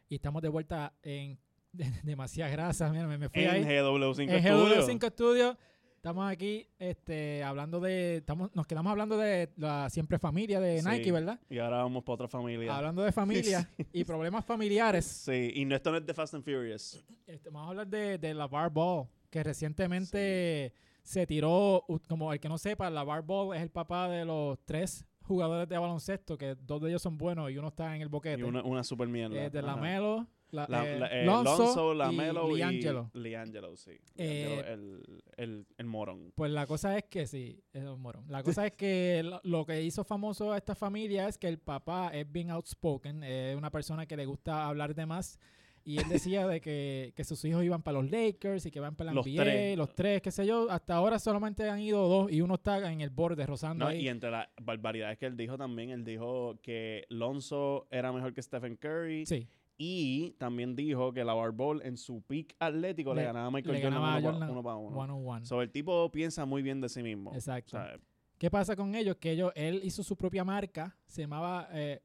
Speaker 1: Y estamos de vuelta en de- demasiada grasa. Mira, me, me fui ahí.
Speaker 2: En GW5
Speaker 1: En
Speaker 2: Studio.
Speaker 1: GW5 Studios. Estamos aquí este, hablando de. Estamos, nos quedamos hablando de la siempre familia de
Speaker 2: Sí.
Speaker 1: Nike, ¿verdad?
Speaker 2: Y ahora vamos para otra familia.
Speaker 1: Hablando de familia y problemas familiares.
Speaker 2: Sí, y no, esto no es de Fast and Furious.
Speaker 1: Este, vamos a hablar de, de la Bar Ball, que recientemente se tiró, u- como el que no sepa, la Bar Ball es el papá de los tres jugadores de baloncesto, que dos de ellos son buenos y uno está en el boquete.
Speaker 2: Y una, una super mierda.
Speaker 1: Eh, de
Speaker 2: Ajá.
Speaker 1: Lamelo La,
Speaker 2: La,
Speaker 1: eh,
Speaker 2: la, eh,
Speaker 1: Lonzo
Speaker 2: Lonzo, Lamelo y
Speaker 1: Liangelo.
Speaker 2: Liangelo, sí.
Speaker 1: Eh,
Speaker 2: Liangelo, el, el, el morón.
Speaker 1: Pues la cosa es que sí, eso es morón. La cosa es que lo, lo que hizo famoso a esta familia es que el papá es bien outspoken, es una persona que le gusta hablar de más. Y él decía de que, que sus hijos iban para los Lakers y que van para la
Speaker 2: Los
Speaker 1: NBA,
Speaker 2: tres.
Speaker 1: los tres, qué sé yo. Hasta ahora solamente han ido dos y uno está en el borde rozando
Speaker 2: No,
Speaker 1: ahí.
Speaker 2: y entre las barbaridades que él dijo también, él dijo que Lonzo era mejor que Stephen Curry.
Speaker 1: sí,
Speaker 2: Y también dijo que la Ball en su pick atlético le,
Speaker 1: Le-
Speaker 2: ganaba a Michael
Speaker 1: le
Speaker 2: Jordan
Speaker 1: ganaba a
Speaker 2: uno,
Speaker 1: Jordan
Speaker 2: pa, uno para uno.
Speaker 1: one on one.
Speaker 2: So, el tipo piensa muy bien de sí mismo. O
Speaker 1: Exacto.
Speaker 2: sea,
Speaker 1: ¿Qué pasa con ellos? Que ellos, él hizo su propia marca, se llamaba eh,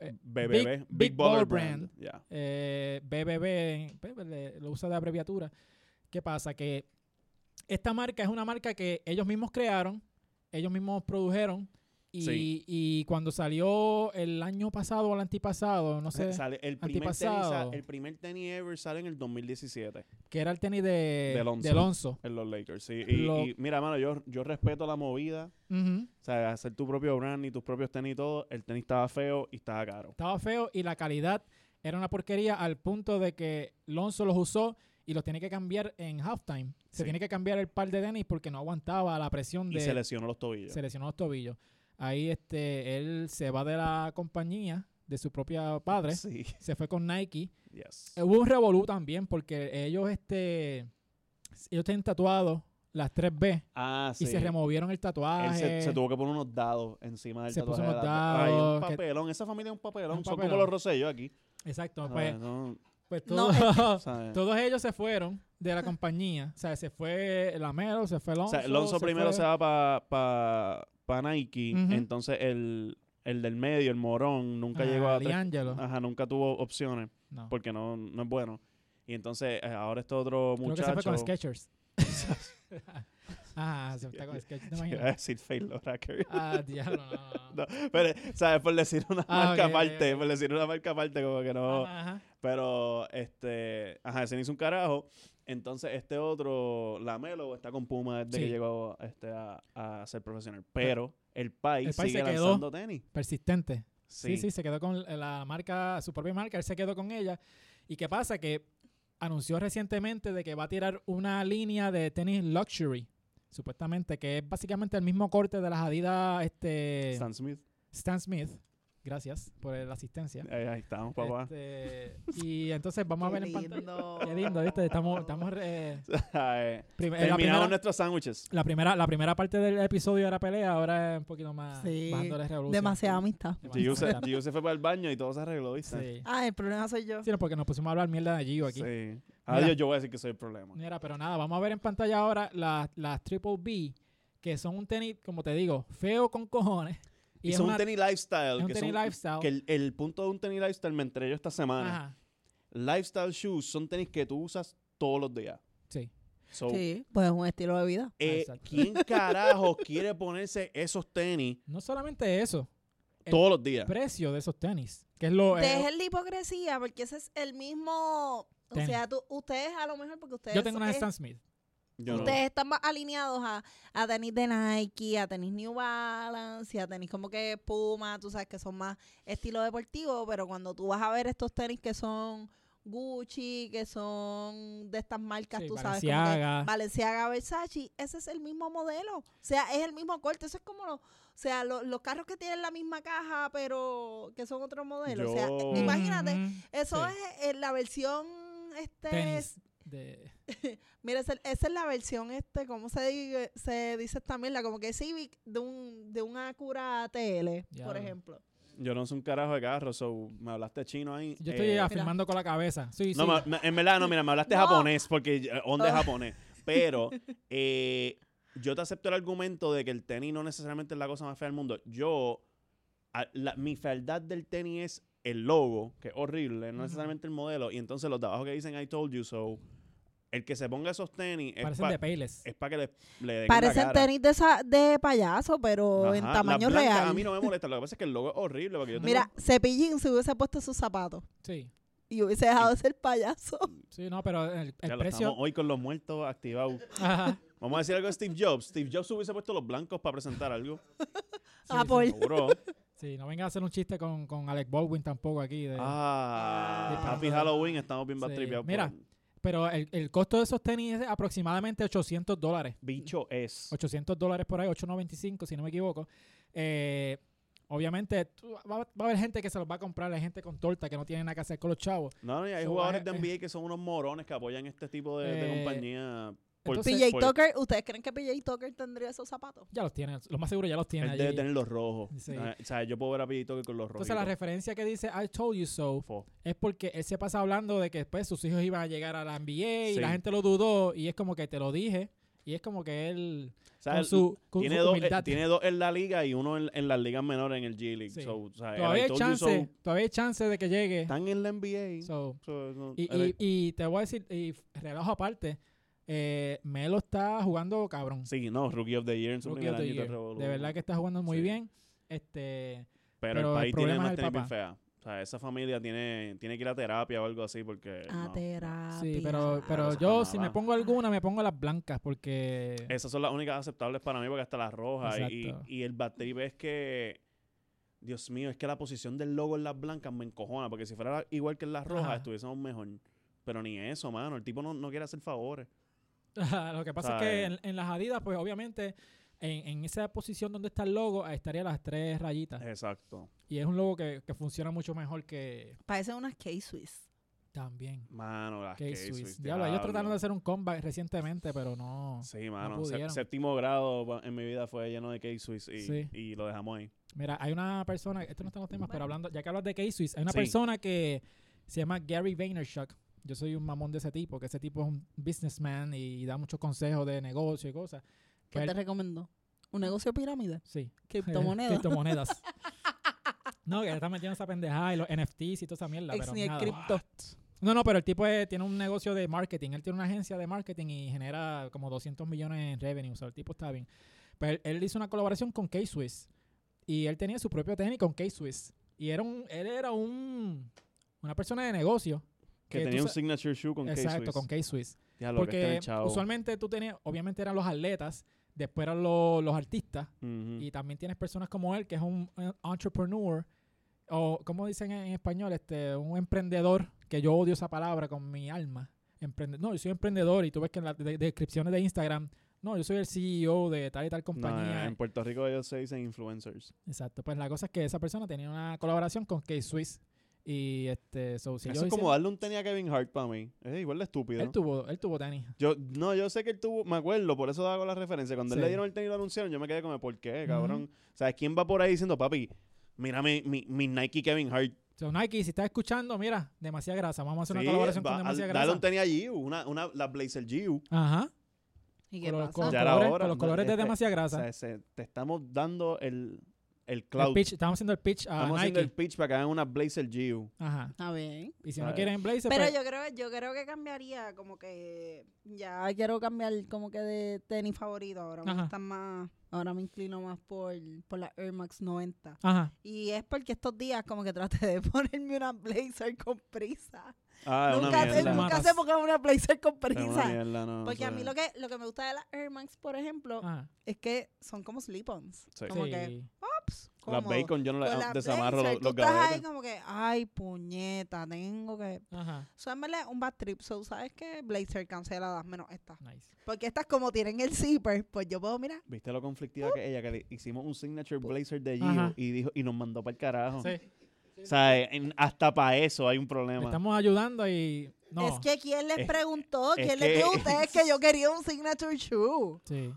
Speaker 1: eh,
Speaker 2: BBB,
Speaker 1: Big-
Speaker 2: Big,
Speaker 1: Big Baller
Speaker 2: Baller
Speaker 1: Brand.
Speaker 2: Brand. Yeah.
Speaker 1: eh, BBB, pues, le- lo usa de abreviatura. ¿Qué pasa? Que esta marca es una marca que ellos mismos crearon, ellos mismos produjeron. Y,
Speaker 2: Sí.
Speaker 1: y cuando salió el año pasado o el antipasado, no sé,
Speaker 2: Sale- el, primer tenis,
Speaker 1: antipasado.
Speaker 2: sa- el primer tenis ever sale en el 2017
Speaker 1: que era el tenis de,
Speaker 2: De Lonzo.
Speaker 1: de Lonzo.
Speaker 2: en los Lakers. Sí. Y,
Speaker 1: Lo-
Speaker 2: y mira, mano, yo, yo respeto la movida.
Speaker 1: Ujú.
Speaker 2: O sea, hacer tu propio brand y tus propios tenis y todo. El tenis estaba feo y estaba caro.
Speaker 1: Estaba feo y la calidad era una porquería al punto de que Lonzo los usó y los tenía que cambiar en halftime. Se
Speaker 2: Sí.
Speaker 1: tiene que cambiar el par de tenis porque no aguantaba la presión
Speaker 2: Y
Speaker 1: de,
Speaker 2: se lesionó los tobillos.
Speaker 1: se lesionó los tobillos. Ahí este, él se va de la compañía de su propia padre,
Speaker 2: Sí.
Speaker 1: se fue con Nike.
Speaker 2: Yes.
Speaker 1: Eh, Hubo un revolú también porque ellos este ellos tienen tatuados las 3B
Speaker 2: Ah, sí.
Speaker 1: y se removieron el tatuaje.
Speaker 2: Él se, se tuvo que poner unos dados encima del
Speaker 1: Se puso
Speaker 2: tatuaje de
Speaker 1: unos
Speaker 2: la- Ay,
Speaker 1: dados,
Speaker 2: un
Speaker 1: que-
Speaker 2: papelón. Esa familia es un papelón.
Speaker 1: Un
Speaker 2: Son
Speaker 1: papelón.
Speaker 2: como los rosellos aquí.
Speaker 1: Exacto,
Speaker 2: Ah,
Speaker 1: pues,
Speaker 2: no, eh,
Speaker 1: pues
Speaker 3: No,
Speaker 1: todo-
Speaker 2: o sea,
Speaker 1: Todos ellos se fueron de la compañía. O sea, se fue Lamelo, se fue
Speaker 2: o
Speaker 1: Lonzo.
Speaker 2: sea, Lonzo
Speaker 1: se
Speaker 2: primero
Speaker 1: fue-
Speaker 2: se va para pa, pa Nike.
Speaker 1: Ujú.
Speaker 2: Entonces, el, el del medio, el morón, nunca
Speaker 1: Ah,
Speaker 2: llegó a... tres-
Speaker 1: D'Angelo.
Speaker 2: Ajá, nunca tuvo opciones
Speaker 1: No.
Speaker 2: porque no, no es bueno. Y entonces, eh, ahora este
Speaker 1: Creo
Speaker 2: otro
Speaker 1: que
Speaker 2: muchacho...
Speaker 1: se fue con Skechers. ah, se fue con Skechers, ¿te
Speaker 2: Iba a
Speaker 1: imaginas?
Speaker 2: decir Fail Laura Curry.
Speaker 1: Ah, diablo, no, no, no.
Speaker 2: No, pero, ¿sabes? Por decir una
Speaker 1: Ah,
Speaker 2: marca
Speaker 1: ok, ok,
Speaker 2: aparte,
Speaker 1: ok.
Speaker 2: por decir una marca aparte, como que no...
Speaker 1: Ajá, ajá.
Speaker 2: Pero, este, ajá, se hizo un carajo. Entonces, este otro, Lamelo, está con Puma desde
Speaker 1: Sí.
Speaker 2: que llegó este, a, a ser profesional. Pero el país
Speaker 1: el país
Speaker 2: sigue
Speaker 1: se quedó.
Speaker 2: lanzando tenis.
Speaker 1: Persistente. Sí.
Speaker 2: Sí,
Speaker 1: sí, se quedó con la marca, su propia marca. Él se quedó con ella. ¿Y qué pasa? Que anunció recientemente de que va a tirar una línea de tenis luxury. Supuestamente, que es básicamente el mismo corte de las Adidas este,
Speaker 2: Stan Smith.
Speaker 1: Stan Smith. Gracias por la asistencia.
Speaker 2: Ahí, ahí estamos, Eh, papá.
Speaker 1: Este, y entonces vamos a ver en pantalla.
Speaker 3: lindo.
Speaker 1: Qué lindo, ¿viste? Estamos, estamos eh,
Speaker 2: Eh,
Speaker 1: prim- eh, la,
Speaker 2: Terminamos
Speaker 1: primera,
Speaker 2: nuestros sándwiches.
Speaker 1: la, primera, la primera parte del episodio era pelea, ahora es un poquito más
Speaker 3: Sí,
Speaker 1: bajándole revolución.
Speaker 3: Demasiada amistad.
Speaker 1: Demasiada
Speaker 2: Giu se,
Speaker 1: amistad.
Speaker 2: Giu se fue para el baño y todo se arregló, ¿viste?
Speaker 1: Sí.
Speaker 3: Ah, el problema soy yo.
Speaker 1: Sí, no, porque nos pusimos a hablar mierda de Gio aquí.
Speaker 2: Sí. Adiós, yo voy a decir que soy el problema.
Speaker 1: Mira, pero nada, vamos a ver en pantalla ahora las, las Triple B, que son un tenis, como te digo, feo con cojones. Y,
Speaker 2: Y,
Speaker 1: es
Speaker 2: son
Speaker 1: una-
Speaker 2: un tenis lifestyle.
Speaker 1: es un
Speaker 2: que
Speaker 1: tenis
Speaker 2: son-
Speaker 1: lifestyle.
Speaker 2: Que el, el punto de un tenis lifestyle me enteré yo esta semana.
Speaker 1: Ajá,
Speaker 2: Lifestyle shoes son tenis que tú usas todos los días.
Speaker 1: sí. Ah,
Speaker 2: So,
Speaker 3: Sí, pues es un estilo de vida.
Speaker 2: Eh,
Speaker 1: Exacto.
Speaker 2: ¿Quién carajo quiere ponerse esos tenis
Speaker 1: No solamente eso, El-
Speaker 2: todos los días?
Speaker 1: precio de esos tenis, que es lo... eh,
Speaker 3: Dejen la hipocresía, porque ese es el mismo.
Speaker 1: Tenis.
Speaker 3: O sea, tú- ustedes a lo mejor, porque ustedes.
Speaker 1: yo tengo una
Speaker 3: es-
Speaker 1: Stan Smith.
Speaker 2: Yo no.
Speaker 3: Ustedes están más alineados a, a tenis de Nike, a tenis New Balance, y a tenis como que Puma, tú sabes que son más estilo deportivo, pero cuando tú vas a ver estos tenis que son Gucci, que son de estas marcas,
Speaker 1: Sí,
Speaker 3: tú sabes, como que
Speaker 1: Balenciaga.
Speaker 3: Balenciaga, Versace, ese es el mismo modelo, o sea, es el mismo corte, eso es como lo- o sea, lo- los carros que tienen la misma caja, pero que son otro modelo, o sea,
Speaker 2: Yo-
Speaker 3: eh, imagínate,
Speaker 1: Ujú,
Speaker 3: eso
Speaker 1: Mm, sí.
Speaker 3: es eh, la versión este
Speaker 1: tenis de
Speaker 3: Mira, esa, esa es la versión, este, ¿cómo se, digue- se dice también? La como que Civic de un, de un Acura TL, por
Speaker 1: Diablo.
Speaker 3: ejemplo.
Speaker 2: Yo no soy un carajo de carro, so me hablaste chino ahí.
Speaker 1: yo estoy
Speaker 2: Eh,
Speaker 1: afirmando con la cabeza sí sí
Speaker 2: no, me- me- en verdad no, mira, me hablaste
Speaker 3: No.
Speaker 2: japonés porque eh, onda es
Speaker 3: Ah.
Speaker 2: japonés. Pero eh, yo te acepto el argumento de que el tenis no necesariamente es la cosa más fea del mundo. Yo, a- la- mi fealdad del tenis es el logo, que es horrible, no
Speaker 1: Ujú.
Speaker 2: necesariamente el modelo. Y entonces los de abajo que dicen I told you so, el que se ponga esos tenis es
Speaker 1: parecen
Speaker 2: eh, pa-
Speaker 1: de Payless
Speaker 2: es para que le, le den en la
Speaker 3: Parecen
Speaker 2: cara.
Speaker 3: tenis de, esa- de payaso, pero en
Speaker 2: Ajá,
Speaker 3: tamaño
Speaker 2: las blancas
Speaker 3: real.
Speaker 2: A mí no me molesta, lo que pasa es que el logo es horrible. Porque yo tengo-
Speaker 3: Mira, Cepillín se hubiese puesto sus zapatos
Speaker 1: sí
Speaker 3: y hubiese dejado de ser payaso.
Speaker 1: sí no pero el, el
Speaker 2: Ya lo
Speaker 1: precio
Speaker 2: estamos hoy con los muertos activados.
Speaker 1: Ajá,
Speaker 2: Vamos a decir algo de Steve Jobs. Steve Jobs hubiese puesto los blancos para presentar algo.
Speaker 1: sí,
Speaker 3: Ah,
Speaker 1: sí,
Speaker 3: por-
Speaker 2: Seguro.
Speaker 1: Sí, no venga a hacer un chiste con, con Alec Baldwin tampoco aquí. de-
Speaker 2: Ah,
Speaker 1: Ah.
Speaker 2: Happy Halloween, estamos bien Pues,
Speaker 1: Sí.
Speaker 2: bastripeados.
Speaker 1: Mira.
Speaker 2: por-
Speaker 1: Pero el, el costo de esos tenis es aproximadamente 800 dólares.
Speaker 2: Bicho es.
Speaker 1: 800 dólares por ahí, 8.95 si no me equivoco. Eh, obviamente tú- va, va a haber gente que se los va a comprar, hay gente con torta que no tiene nada que hacer con los chavos.
Speaker 2: No, no, y hay
Speaker 1: So,
Speaker 2: jugadores
Speaker 1: eh,
Speaker 2: de NBA que son unos morones que apoyan este tipo de, de
Speaker 1: Eh,
Speaker 2: compañía. Por,
Speaker 1: entonces-
Speaker 3: PJ
Speaker 2: por-
Speaker 3: Tucker, ¿ustedes creen que PJ Tucker tendría esos zapatos?
Speaker 1: Ya los tiene, lo más seguro ya los tiene
Speaker 2: él
Speaker 1: allí.
Speaker 2: debe tener los rojos.
Speaker 1: Sí.
Speaker 2: Ah, O sea, yo puedo ver a PJ Tucker con los rojos.
Speaker 1: Entonces la referencia que dice I told you so es porque él se pasa hablando de que después sus hijos iban a llegar a la NBA y
Speaker 2: Sí.
Speaker 1: la gente lo dudó y es como que te lo dije y es como que él con su, con
Speaker 2: tiene,
Speaker 1: su
Speaker 2: dos, eh,
Speaker 1: humildad.
Speaker 2: tiene dos en la liga y uno en, en las ligas menores en el G League.
Speaker 1: Sí.
Speaker 2: So, o sea, el
Speaker 1: todavía
Speaker 2: I
Speaker 1: hay
Speaker 2: told you so,
Speaker 1: chance, todavía hay chance de que llegue.
Speaker 2: están en la NBA.
Speaker 1: So,
Speaker 2: So, no, eh,
Speaker 1: y,
Speaker 2: el-
Speaker 1: y- y te voy a decir, y f- relajo aparte, eh, Melo está jugando cabrón.
Speaker 2: sí, no, Rookie of the Year en su
Speaker 1: Rookie
Speaker 2: primer
Speaker 1: of the
Speaker 2: añito
Speaker 1: Year.
Speaker 2: revolú.
Speaker 1: De verdad que está jugando muy
Speaker 2: Sí.
Speaker 1: bien. Este,
Speaker 2: Pero,
Speaker 1: pero el
Speaker 2: el país tiene
Speaker 1: problema es
Speaker 2: unas
Speaker 1: el
Speaker 2: tenis bien
Speaker 1: papá.
Speaker 2: feas. O sea, esa familia tiene, tiene que ir a terapia o algo así porque...
Speaker 3: A
Speaker 2: Pues no.
Speaker 3: Ah, terapia.
Speaker 1: sí, pero, pero
Speaker 2: eso
Speaker 1: yo
Speaker 2: está
Speaker 1: si
Speaker 2: mala.
Speaker 1: me pongo alguna, me pongo las blancas porque...
Speaker 2: Esas son las únicas aceptables para mí porque hasta las rojas. Y,
Speaker 1: Exacto.
Speaker 2: y el batribe es que. Dios mío, es que la posición del logo en las blancas me encojona. Porque si fuera igual que en las rojas,
Speaker 1: Ajá.
Speaker 2: estuviésemos mejor. Pero ni eso, mano. El tipo no, no quiere hacer favores.
Speaker 1: Lo que pasa es que
Speaker 2: ¿Sabes?
Speaker 1: en, en las Adidas, pues obviamente, en, en esa posición donde está el logo, ahí estarían las tres rayitas.
Speaker 2: Eh. Exacto.
Speaker 1: Y es un logo que, que funciona mucho mejor que
Speaker 3: Parecen unas K-Swiss.
Speaker 1: también.
Speaker 2: Mano, las
Speaker 1: Que
Speaker 2: K-Swiss,
Speaker 1: Swiss. Diablo, ellos trataron de
Speaker 2: diablo.
Speaker 1: hacer un comeback recientemente, pero no.
Speaker 2: Sí, mano. Se-
Speaker 1: pudieron.
Speaker 2: séptimo grado pa- en mi vida fue lleno de K-Swiss y,
Speaker 1: Sí.
Speaker 2: y lo dejamos ahí.
Speaker 1: Mira, hay una persona, esto no está en los temas, pero hablando, ya que hablas de K-Swiss, hay una
Speaker 2: Sí.
Speaker 1: persona que se llama Gary Vaynerchuk. Yo soy un mamón de ese tipo, que ese tipo es un businessman y da muchos consejos de negocio y cosas.
Speaker 3: ¿Qué
Speaker 1: Pues
Speaker 3: te
Speaker 1: él-
Speaker 3: recomendó? ¿Un negocio de pirámide?
Speaker 1: sí.
Speaker 3: Criptomonedas.
Speaker 1: Criptomonedas. No, que le está metiendo esa pendejada y los NFTs y toda esa mierda.
Speaker 3: Ex
Speaker 1: Pero
Speaker 3: ni el
Speaker 1: nada.
Speaker 3: cripto.
Speaker 1: No, no, pero el tipo es- tiene un negocio de marketing. Él tiene una agencia de marketing y genera como 200 millones en revenue. O sea, el tipo está bien. Pero él, él hizo una colaboración con K-Swiss. Y él tenía su propio tenis con K-Swiss. Y era un, él era un, una persona de negocio.
Speaker 2: Que,
Speaker 1: tú
Speaker 2: tenía un
Speaker 1: sa-
Speaker 2: signature shoe con K-Swiss.
Speaker 1: Exacto, con K-Swiss.
Speaker 2: Diablo, que este
Speaker 1: Porque
Speaker 2: chavo.
Speaker 1: usualmente tú tenías, obviamente eran los atletas, después eran lo- los artistas.
Speaker 2: Ujú.
Speaker 1: Y también tienes personas como él, que es un eh, entrepreneur, o como dicen en, en español, este, un emprendedor, que yo odio esa palabra con mi alma. Emprende no, yo soy emprendedor y tú ves que en las de- descripciones de Instagram, no, yo soy el CEO de tal y tal
Speaker 2: No, eh,
Speaker 1: compañía.
Speaker 2: en Puerto Rico ellos se dicen influencers.
Speaker 1: Exacto, pues la cosa es que esa persona tenía una colaboración con K-Swiss. Y este, so, si
Speaker 2: Eso
Speaker 1: yo
Speaker 2: es como
Speaker 1: hiciera-
Speaker 2: darle un tenis a Kevin Hart para mí. Es igual de estúpido.
Speaker 1: él tuvo, él tuvo tenis.
Speaker 2: Yo, no, yo sé que él tuvo, me acuerdo, por eso hago la referencia. Cuando él
Speaker 1: Sí.
Speaker 2: le dieron el tenis y lo anunciaron, yo me quedé como, ¿por qué,
Speaker 1: Ujú.
Speaker 2: cabrón? O sea, ¿quién va por ahí diciendo, papi, mira mi, mi, mi Nike Kevin Hart?
Speaker 1: So, Nike, si estás escuchando, mira, demasiada grasa. Vamos a hacer
Speaker 2: Sí,
Speaker 1: una colaboración
Speaker 2: va
Speaker 1: con
Speaker 2: al-
Speaker 1: demasiada
Speaker 2: dale un
Speaker 1: grasa.
Speaker 2: tenis a Giu, una, una, la Blazer Giu.
Speaker 1: Ajá.
Speaker 3: ¿Y qué
Speaker 1: Con los,
Speaker 3: pasa?
Speaker 1: con
Speaker 2: Ya
Speaker 1: los
Speaker 2: era
Speaker 1: colores,
Speaker 2: hora,
Speaker 1: con los
Speaker 2: ¿no?
Speaker 1: colores de
Speaker 2: Este,
Speaker 1: demasiada
Speaker 2: O
Speaker 1: grasa.
Speaker 2: sea, se- te estamos dando el, el
Speaker 1: El
Speaker 2: clout.
Speaker 1: pitch, estamos haciendo el pitch a
Speaker 2: Estamos haciendo
Speaker 1: Nike.
Speaker 2: el pitch para que hagan una Blazer Giu.
Speaker 1: Ajá.
Speaker 3: Está bien.
Speaker 1: Y si
Speaker 2: A
Speaker 1: no
Speaker 2: ver.
Speaker 1: quieren Blazer,
Speaker 3: Pero
Speaker 1: pues,
Speaker 3: yo creo, yo creo que cambiaría como que ya quiero cambiar como que de tenis favorito ahora me
Speaker 1: Ajá.
Speaker 3: gustan más, ahora me inclino más por, por la Air Max 90.
Speaker 1: Ajá.
Speaker 3: Y es porque estos días como que traté de ponerme una blazer con prisa.
Speaker 2: Ah, es una
Speaker 3: nunca sé,
Speaker 2: mierda.
Speaker 3: nunca
Speaker 1: Matas.
Speaker 3: sé por qué una blazer con
Speaker 2: Es una
Speaker 3: prisa.
Speaker 2: mierda, no,
Speaker 3: Porque a
Speaker 2: eso
Speaker 3: mí
Speaker 2: es-
Speaker 3: lo que, lo que me gusta de las Air Max, por ejemplo,
Speaker 1: ajá.
Speaker 3: es que son como slip-ons.
Speaker 2: Sí.
Speaker 3: Oh, Como
Speaker 1: Sí.
Speaker 3: que, ups,
Speaker 2: Las
Speaker 3: cómodo.
Speaker 2: bacon yo no
Speaker 3: Con
Speaker 2: las
Speaker 3: la
Speaker 2: desamarro
Speaker 3: blazer,
Speaker 2: los,
Speaker 3: tú
Speaker 2: los
Speaker 3: estás ahí
Speaker 2: gavetes.
Speaker 3: como que, ay, puñeta, tengo que
Speaker 1: Ajá.
Speaker 3: So, en verdad, un bad trip. So, ¿sabes qué? Blazer canceladas menos estas.
Speaker 1: Nice.
Speaker 3: Porque estas, como tienen el zipper, pues yo puedo, mira.
Speaker 2: ¿Viste lo conflictiva que ella? Que le hicimos un signature blazer de
Speaker 1: Ajá.
Speaker 2: Gio y, dijo, y nos mandó para el carajo.
Speaker 1: Sí.
Speaker 2: O sea, en- hasta para eso hay un
Speaker 1: Le
Speaker 2: problema.
Speaker 1: estamos ayudando y. No.
Speaker 3: Es que quién les
Speaker 2: Es-
Speaker 3: preguntó,
Speaker 2: es
Speaker 3: quién les
Speaker 2: que-
Speaker 3: dijo a ustedes que yo quería un signature shoe.
Speaker 1: Sí.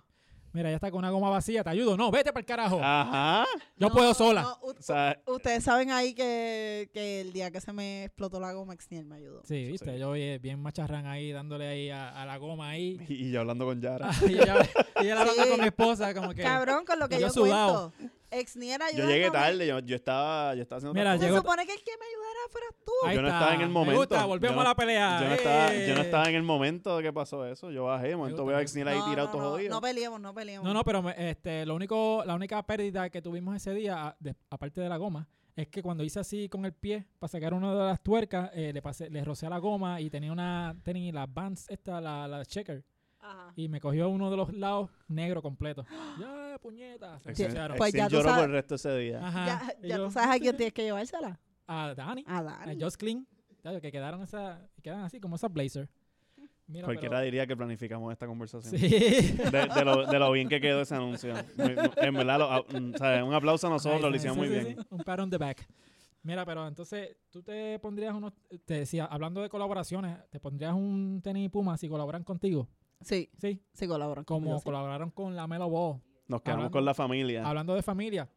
Speaker 1: Mira, ya está con una goma vacía, te ayudo. No, vete para el carajo.
Speaker 2: Ah. Ajá.
Speaker 1: yo
Speaker 3: No,
Speaker 1: puedo sola.
Speaker 3: no, u-
Speaker 2: O sea,
Speaker 3: ustedes saben ahí que, que el día que se me explotó la goma, Xniel me ayudó.
Speaker 1: Sí, viste,
Speaker 2: Sí.
Speaker 1: yo oye, bien macharrán ahí, dándole ahí a, a la goma ahí.
Speaker 2: y, y yo hablando con Yara.
Speaker 1: y ella, y ella
Speaker 3: Sí.
Speaker 1: hablando con mi esposa, como que.
Speaker 3: Cabrón, con lo que
Speaker 1: Yo
Speaker 3: yo,
Speaker 1: sudado.
Speaker 3: cuento. Exniel ayudó.
Speaker 2: Yo llegué tarde, yo, yo estaba, yo estaba haciendo
Speaker 1: Mira,
Speaker 2: otras
Speaker 3: Se
Speaker 1: Ah, Llegó-
Speaker 3: supone que el que me ayudara fueras tú.
Speaker 1: Ahí
Speaker 2: yo no
Speaker 1: está.
Speaker 2: estaba en el
Speaker 1: Me
Speaker 2: momento.
Speaker 1: gusta, volvemos
Speaker 2: Yo no-
Speaker 1: a la pelea.
Speaker 2: cosas. yo no, estaba,
Speaker 1: ¡Eh!
Speaker 2: yo no estaba en el momento de que pasó eso. Yo bajé, de momento
Speaker 1: gusta,
Speaker 2: veo
Speaker 1: me
Speaker 2: a
Speaker 1: gusta.
Speaker 2: Xnil ahí tirado todo
Speaker 3: no,
Speaker 2: jodido.
Speaker 3: no peleemos, no peleemos.
Speaker 1: No, no, pero me- este, lo único, la única pérdida que tuvimos ese día, a- de- aparte de la goma, es que cuando hice así con el pie para sacar una de las tuercas, eh, le pasé, le rocé a la goma y tenía una, tenía las bands, esta, la, la checker.
Speaker 3: Ajá.
Speaker 1: y me cogió uno de los lados negro completo. ¡Ya, puñeta! Se
Speaker 2: Excelente.
Speaker 1: ensuciaron.
Speaker 3: Pues ya tú
Speaker 2: lloró por
Speaker 3: sabes.
Speaker 2: el resto de ese día.
Speaker 1: Ajá.
Speaker 3: Ya,
Speaker 1: Y
Speaker 3: ya
Speaker 1: yo,
Speaker 3: tú sabes a quién tienes que llevársela.
Speaker 1: A Dani.
Speaker 3: A
Speaker 1: A
Speaker 3: Dani.
Speaker 1: Just Clean. Claro, que quedaron esa, quedan así como esas blazer. Mira,
Speaker 2: Cualquiera diría que planificamos esta
Speaker 1: pero,
Speaker 2: conversación.
Speaker 1: Sí.
Speaker 2: De, de lo, de lo bien que quedó ese anuncio. Muy- muy- En verdad, lo- a- mm, ¿sabes? un aplauso a nosotros,
Speaker 1: Nice,
Speaker 2: lo hicimos muy
Speaker 1: nice. Sí,
Speaker 2: bien.
Speaker 1: sí, sí. Un pat on the back. Mira, pero entonces, tú te pondrías unos, te decía, hablando de colaboraciones, te pondrías un tenis Puma si colaboran contigo.
Speaker 3: Sí,
Speaker 1: Sí.
Speaker 3: sí colaboran.
Speaker 1: Como
Speaker 3: conmigo, sí.
Speaker 1: colaboraron con la Melo Ball.
Speaker 2: Nos quedamos
Speaker 1: Hablando-
Speaker 2: con la familia.
Speaker 1: Hablando de familia,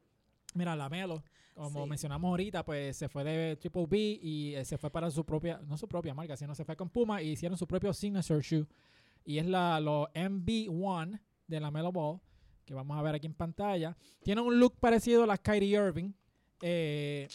Speaker 1: mira, la Melo, como
Speaker 3: Sí.
Speaker 1: mencionamos ahorita, pues se fue de Triple B y eh, se fue para su propia, no su propia marca, sino se fue con Puma y hicieron su propio signature shoe. Y es la, los MB1 de la Melo Ball, que vamos a ver aquí en pantalla. Tiene un look parecido a las Kyrie Irving. Eh,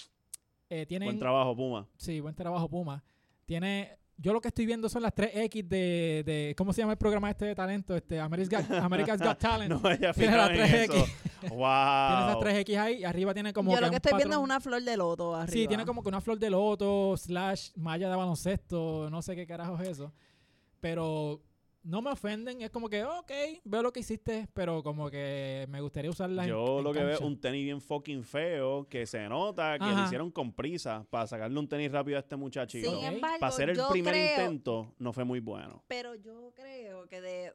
Speaker 1: eh, tienen,
Speaker 2: Buen trabajo, Puma.
Speaker 1: Sí, buen trabajo, Puma. Tiene. Yo lo que estoy viendo son las 3X de, de- ¿Cómo se llama el programa este de talento? Este, America's Got, America's Got Talent.
Speaker 2: No vaya a
Speaker 1: Tiene las
Speaker 2: fijar en
Speaker 1: 3X.
Speaker 2: eso.
Speaker 1: Tiene esas
Speaker 2: ¡Wow!
Speaker 1: 3X ahí y arriba tiene como.
Speaker 3: Yo lo que
Speaker 1: un
Speaker 3: estoy viendo es
Speaker 1: patrón.
Speaker 3: una flor de loto arriba.
Speaker 1: Sí, tiene como que una flor de loto, slash malla de baloncesto, no sé qué carajo es eso. Pero no me ofenden, es como que, ok, veo lo que hiciste, pero como que me gustaría usarla en-
Speaker 2: Yo
Speaker 1: en
Speaker 2: lo que veo es
Speaker 1: cancha.
Speaker 2: un tenis bien fucking feo que se nota que lo
Speaker 1: Ajá.
Speaker 2: hicieron con prisa para sacarle un tenis rápido a este muchachito.
Speaker 1: Ok.
Speaker 3: Sin embargo,
Speaker 2: para hacer el
Speaker 3: yo
Speaker 2: primer
Speaker 3: creo,
Speaker 2: intento no fue muy bueno.
Speaker 3: Pero yo creo que de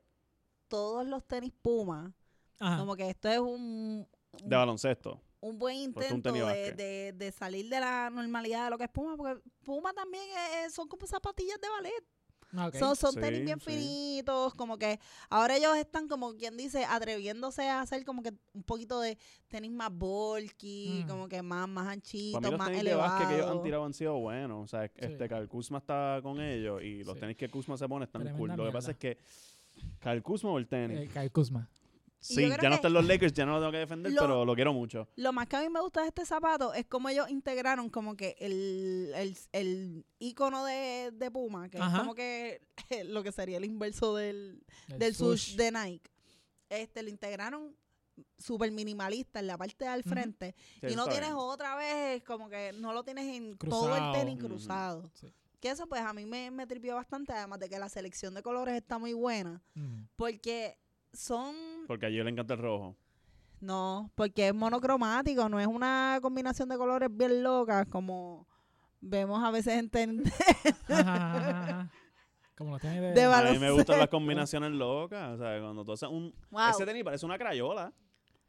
Speaker 3: todos los tenis Puma,
Speaker 1: Ajá.
Speaker 3: como que esto es un,
Speaker 2: De
Speaker 3: un,
Speaker 2: baloncesto.
Speaker 3: un buen
Speaker 2: Pues tú un
Speaker 3: intento
Speaker 2: tenis
Speaker 3: de,
Speaker 2: básquet.
Speaker 3: de- de salir de la normalidad de lo que es Puma, porque Puma también es- es- son como zapatillas de ballet.
Speaker 1: Ah, ok.
Speaker 3: Son, son
Speaker 2: Sí,
Speaker 3: tenis bien
Speaker 2: sí.
Speaker 3: finitos, como que ahora ellos están como quien dice, atreviéndose a hacer como que un poquito de tenis más bulky,
Speaker 1: Mm.
Speaker 3: como que más, más anchitos,
Speaker 2: Para mí los
Speaker 3: más
Speaker 2: tenis de básquet que ellos han
Speaker 3: elevados.
Speaker 2: tirado han sido buenos. O sea, es-
Speaker 1: Sí.
Speaker 2: este, Kyle Kuzma está con ellos y los
Speaker 1: Sí.
Speaker 2: tenis que Kuzma se pone están
Speaker 1: Tremenda
Speaker 2: cool. Lo que pasa es que Kyle Kuzma o el tenis.
Speaker 1: Eh, Kyle Kuzma.
Speaker 3: yo
Speaker 2: sí,
Speaker 3: creo
Speaker 2: ya no
Speaker 3: que-
Speaker 2: están los Lakers, ya no lo tengo que defender,
Speaker 3: Lo-
Speaker 2: pero lo quiero mucho.
Speaker 3: Lo más que a mí me gusta de este zapato es cómo ellos integraron como que el, el, el icono de, de Puma, que
Speaker 1: Ajá.
Speaker 3: es como que lo que sería el inverso del,
Speaker 1: El
Speaker 3: del sush
Speaker 1: sush.
Speaker 3: de Nike. Este, lo integraron súper minimalista en la parte del
Speaker 1: Ujú.
Speaker 3: frente.
Speaker 2: Sí,
Speaker 3: y no
Speaker 2: está
Speaker 3: tienes
Speaker 2: bien.
Speaker 3: otra vez, como que no lo tienes en todo
Speaker 1: Cruzado.
Speaker 3: el tenis
Speaker 2: Ujú.
Speaker 3: cruzado.
Speaker 1: Sí.
Speaker 3: Que eso pues a mí me, me tripió bastante, además de que la selección de colores está muy buena.
Speaker 1: Mm.
Speaker 3: Porque son
Speaker 2: Porque a ellos le encanta el rojo.
Speaker 3: no, porque es monocromático, no es una combinación de colores bien locas como vemos a veces en tenis
Speaker 1: Ajá, ajá, ajá. Como lo tiene de...
Speaker 3: de
Speaker 2: A mí me gustan las
Speaker 3: baloncesto.
Speaker 2: combinaciones locas. O sea, cuando tú haces un.
Speaker 3: Wow.
Speaker 2: Ese tenis parece una crayola.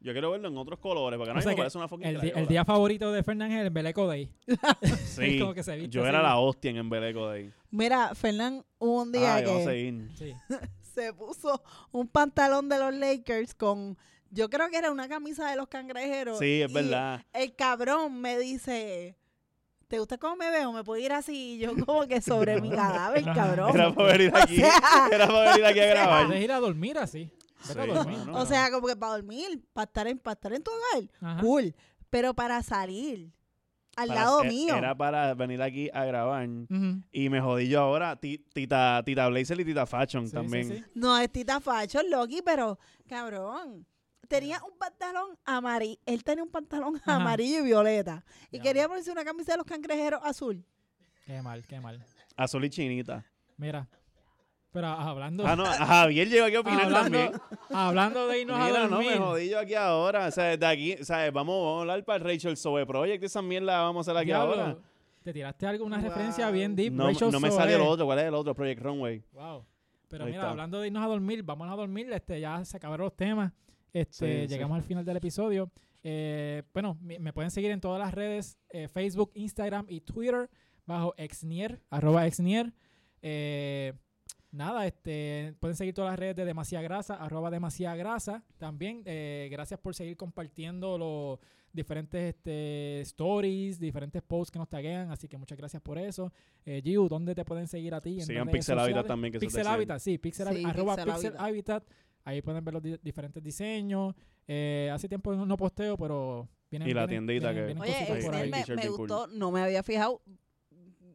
Speaker 2: Yo quiero verlo en otros colores, porque ahora
Speaker 1: O sea
Speaker 2: mismo
Speaker 1: que
Speaker 2: parece una fucking
Speaker 1: el, di-
Speaker 2: crayola.
Speaker 1: el día favorito de Fernández es el Beleco Day.
Speaker 2: Sí,
Speaker 1: Es como que se viste
Speaker 2: yo
Speaker 1: así.
Speaker 2: era la hostia en Embeleco de ahí. Ah,
Speaker 3: Mira, Fernán, hubo un día
Speaker 2: Ay, vamos a
Speaker 3: que
Speaker 2: seguir.
Speaker 1: Sí.
Speaker 3: se puso un pantalón de los Lakers con, yo creo que era una camisa de los cangrejeros.
Speaker 2: Sí, es
Speaker 3: y
Speaker 2: verdad.
Speaker 3: El cabrón me dice, ¿te gusta cómo me veo? ¿Me puedo ir así? Y yo como que sobre mi cadáver,
Speaker 1: Ajá.
Speaker 3: cabrón.
Speaker 2: Era para venir aquí.
Speaker 3: sea,
Speaker 2: Era para venir aquí a grabar.
Speaker 1: Puedes ir a dormir así. Vete a
Speaker 2: Sí,
Speaker 1: dormir.
Speaker 2: mano.
Speaker 3: O sea, como que para dormir, para estar en, para estar en tu hogar,
Speaker 1: Ajá.
Speaker 3: cool. Pero para salir al
Speaker 2: Para-
Speaker 3: lado
Speaker 2: e-
Speaker 3: mío.
Speaker 2: Era para venir aquí a grabar.
Speaker 1: Ujú.
Speaker 2: Y me jodí yo ahora. ti- Tita, tita Blazer y Tita Fashion
Speaker 1: Sí, sí,
Speaker 2: también.
Speaker 1: sí.
Speaker 3: No es Tita Facho, Loki, pero cabrón. Tenía un pantalón amarillo. Él tenía un pantalón
Speaker 1: Ajá.
Speaker 3: amarillo y violeta. Y
Speaker 1: Ya.
Speaker 3: quería ponerse una camisa de los cangrejeros azul.
Speaker 1: Qué mal, qué mal.
Speaker 2: Azul y chinita.
Speaker 1: Mira. Pero hablando,
Speaker 2: Ah, no. Javier llegó aquí a opinar también.
Speaker 1: hablando, hablando de irnos
Speaker 2: Mira,
Speaker 1: a
Speaker 2: no, me
Speaker 1: dormir.
Speaker 2: jodí yo aquí ahora. O sea, desde aquí, ¿sabes? Vamos, vamos a hablar para el Rachel Sobe Project. Esa mierda la vamos a hacer aquí
Speaker 1: Diablo,
Speaker 2: ahora.
Speaker 1: Te tiraste algo, una
Speaker 3: Wow.
Speaker 1: referencia bien deep.
Speaker 2: No,
Speaker 1: Rachel
Speaker 2: no me
Speaker 1: Zoe.
Speaker 2: sale el otro. ¿Cuál es el otro? Project Runway.
Speaker 1: Wow. Pero
Speaker 2: Ahí
Speaker 1: mira,
Speaker 2: está.
Speaker 1: hablando de irnos a dormir, vamos a dormir, este, ya se acabaron los temas. Este,
Speaker 2: Sí, sí.
Speaker 1: llegamos al final del episodio. Eh, bueno, mi- me pueden seguir en todas las redes, eh, Facebook, Instagram y Twitter, bajo exnier, arroba exnier. Eh, nada, este, pueden seguir todas las redes de Demasiada Grasa, arroba Demasiada Grasa. También, eh, gracias por seguir compartiendo los diferentes este, stories, diferentes posts que nos taguean, así que muchas gracias por eso. Eh, Giu, ¿dónde te pueden seguir a ti? en
Speaker 2: Sigan
Speaker 1: redes
Speaker 2: Pixel Habitat
Speaker 1: sociales?
Speaker 2: también. Que eso está
Speaker 1: Pixel Habitat, sí, Pixel, Habi-
Speaker 3: Sí,
Speaker 1: arroba
Speaker 3: Pixel
Speaker 1: Pixel, Habitat. Ahí pueden ver los di- diferentes diseños. Eh, hace tiempo no- no posteo, pero vienen
Speaker 2: Y la
Speaker 1: vienen-
Speaker 2: tiendita
Speaker 1: vienen-
Speaker 2: que-
Speaker 1: vienen
Speaker 3: Oye,
Speaker 1: cositas por
Speaker 3: Exniel
Speaker 1: ahí.
Speaker 3: me,
Speaker 2: T-shirt
Speaker 3: me
Speaker 2: bien cool.
Speaker 3: gustó. No me había fijado.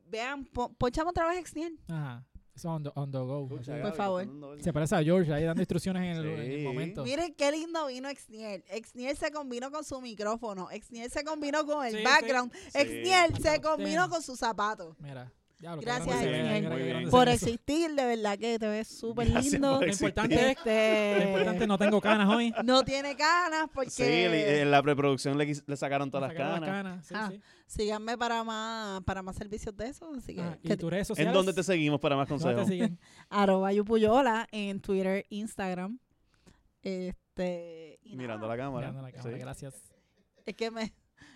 Speaker 3: Vean, po- ponchame otra vez Exniel.
Speaker 1: Ajá. Eso on the, on the go.
Speaker 2: Escucha,
Speaker 1: así.
Speaker 2: Gaby,
Speaker 3: favor.
Speaker 2: está dando-
Speaker 1: Se parece a George ahí dando instrucciones en el, en el
Speaker 2: Sí.
Speaker 1: momento.
Speaker 3: Miren qué lindo vino Exniel. Exniel se combinó con su micrófono. Exniel se combinó con el
Speaker 1: Sí, sí.
Speaker 3: background.
Speaker 2: Sí.
Speaker 3: Exniel se
Speaker 1: Hasta los
Speaker 3: combinó
Speaker 1: tenis.
Speaker 3: con sus zapatos.
Speaker 1: Mira. Diablo, qué
Speaker 3: Gracias,
Speaker 1: grande se ve,
Speaker 2: Etienne,
Speaker 1: qué
Speaker 2: muy
Speaker 1: grande
Speaker 2: bien.
Speaker 1: se
Speaker 3: Por
Speaker 1: ve eso.
Speaker 3: existir, de verdad que te ves súper
Speaker 2: Gracias
Speaker 3: lindo.
Speaker 2: por
Speaker 1: Lo importante es lo importante
Speaker 3: Este,
Speaker 1: no tengo canas hoy.
Speaker 3: no tiene ganas porque
Speaker 2: Sí, le- en la preproducción le, quis- le sacaron todas
Speaker 1: Me
Speaker 2: las
Speaker 1: sacaron
Speaker 2: canas.
Speaker 1: Sí,
Speaker 3: Ah,
Speaker 1: sí.
Speaker 3: síganme para más para más servicios de eso. Así que,
Speaker 1: Ah,
Speaker 3: que-
Speaker 1: ¿Y tus redes sociales?
Speaker 2: ¿En dónde te seguimos para más
Speaker 1: ¿Dónde
Speaker 2: consejos?
Speaker 1: te siguen?
Speaker 3: arroba Yupuyola en Twitter, Instagram. Este, y nada,
Speaker 2: Mirando la cámara.
Speaker 1: Mirando la cámara,
Speaker 2: Sí.
Speaker 1: Gracias.
Speaker 3: Es que me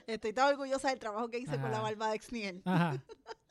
Speaker 3: estoy tan orgullosa del trabajo que hice con la
Speaker 1: Ajá.
Speaker 3: barba de Exniel.
Speaker 1: Ajá.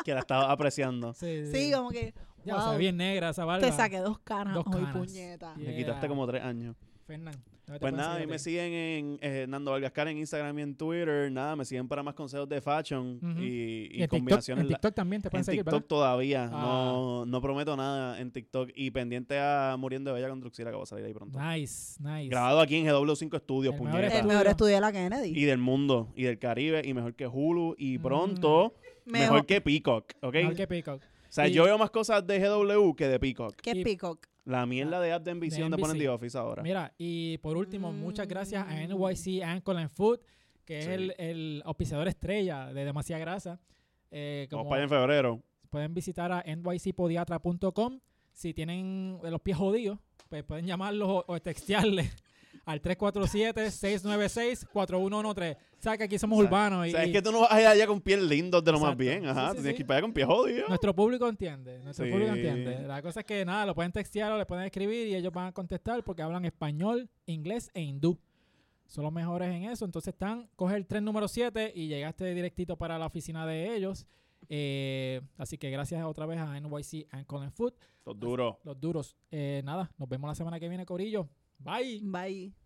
Speaker 2: Que la estaba apreciando.
Speaker 1: Sí, sí,
Speaker 3: Sí,
Speaker 1: sí.
Speaker 3: como que
Speaker 1: Ya, o sea,
Speaker 3: wow.
Speaker 1: bien negra esa barba.
Speaker 3: te saqué dos canas
Speaker 1: Dos
Speaker 3: hoy,
Speaker 1: canas.
Speaker 3: puñeta.
Speaker 1: Yeah.
Speaker 2: Me quitaste como tres años.
Speaker 1: Fernán. ¿dónde te
Speaker 2: Pues
Speaker 1: pueden
Speaker 2: nada, a
Speaker 1: seguir
Speaker 2: mí
Speaker 1: a
Speaker 2: me
Speaker 1: ti?
Speaker 2: siguen en eh, Nando Vargas Cara en Instagram y en Twitter. Nada, me siguen para más consejos de fashion
Speaker 1: Ujú.
Speaker 2: y, y
Speaker 1: Y en TikTok, en
Speaker 2: combinaciones. la-
Speaker 1: TikTok también te pueden
Speaker 2: en
Speaker 1: seguir,
Speaker 2: TikTok todavía.
Speaker 1: Ah.
Speaker 2: No, no prometo nada en TikTok. Y pendiente a Muriendo de Bella con Druxila, que va a salir ahí pronto.
Speaker 1: ¿verdad? Nice, nice.
Speaker 2: Grabado aquí en GW5 Studios,
Speaker 1: El mejor
Speaker 3: El
Speaker 2: puñeta.
Speaker 1: estudio.
Speaker 3: mejor estudio de la Kennedy.
Speaker 2: Y del mundo, y del Caribe, y mejor que Hulu, y pronto, mejor, que Peacock, ¿ok?
Speaker 1: Mm. Mejor que Peacock.
Speaker 2: O sea,
Speaker 1: Y-
Speaker 2: yo veo más cosas de GW que de Peacock.
Speaker 3: que
Speaker 1: y-
Speaker 3: Peacock.
Speaker 2: La mierda de app de Envisión
Speaker 1: De
Speaker 2: de ponen
Speaker 1: NBC.
Speaker 2: The Office ahora.
Speaker 1: Mira, y por último, muchas gracias a
Speaker 3: Mm.
Speaker 1: NYC Ankle and Food, que
Speaker 2: Sí.
Speaker 1: es el, el auspiciador estrella de Demasiada Grasa. Eh,
Speaker 2: Vamos
Speaker 1: como
Speaker 2: para allá en febrero.
Speaker 1: pueden visitar a nycpodiatra.com. Si tienen los pies jodidos, pues pueden llamarlos o, o textearles al 347-696-4113. Sabes que aquí somos
Speaker 2: O sea,
Speaker 1: urbanos
Speaker 2: O
Speaker 1: y,
Speaker 2: sea, es que
Speaker 1: y
Speaker 2: tú no vas a ir allá con pies lindos de lo más
Speaker 1: Exacto.
Speaker 2: bien. Ajá,
Speaker 1: Sí, sí,
Speaker 2: tú tienes
Speaker 1: sí.
Speaker 2: que ir para allá con pies jodidos.
Speaker 1: nuestro público entiende. Nuestro
Speaker 2: Sí.
Speaker 1: público entiende. La cosa es que nada, lo pueden textear o le pueden escribir y ellos van a contestar porque hablan español, inglés e hindú. Son los mejores en eso. Entonces están, coge el tren número 7 y llegaste directito para la oficina de ellos. Eh, así que gracias otra vez a NYC Ankle and Food.
Speaker 2: Esto es duro.
Speaker 1: Los duros. Eh, nada, nos vemos la semana que viene, Corillo. Bye.
Speaker 3: Bye.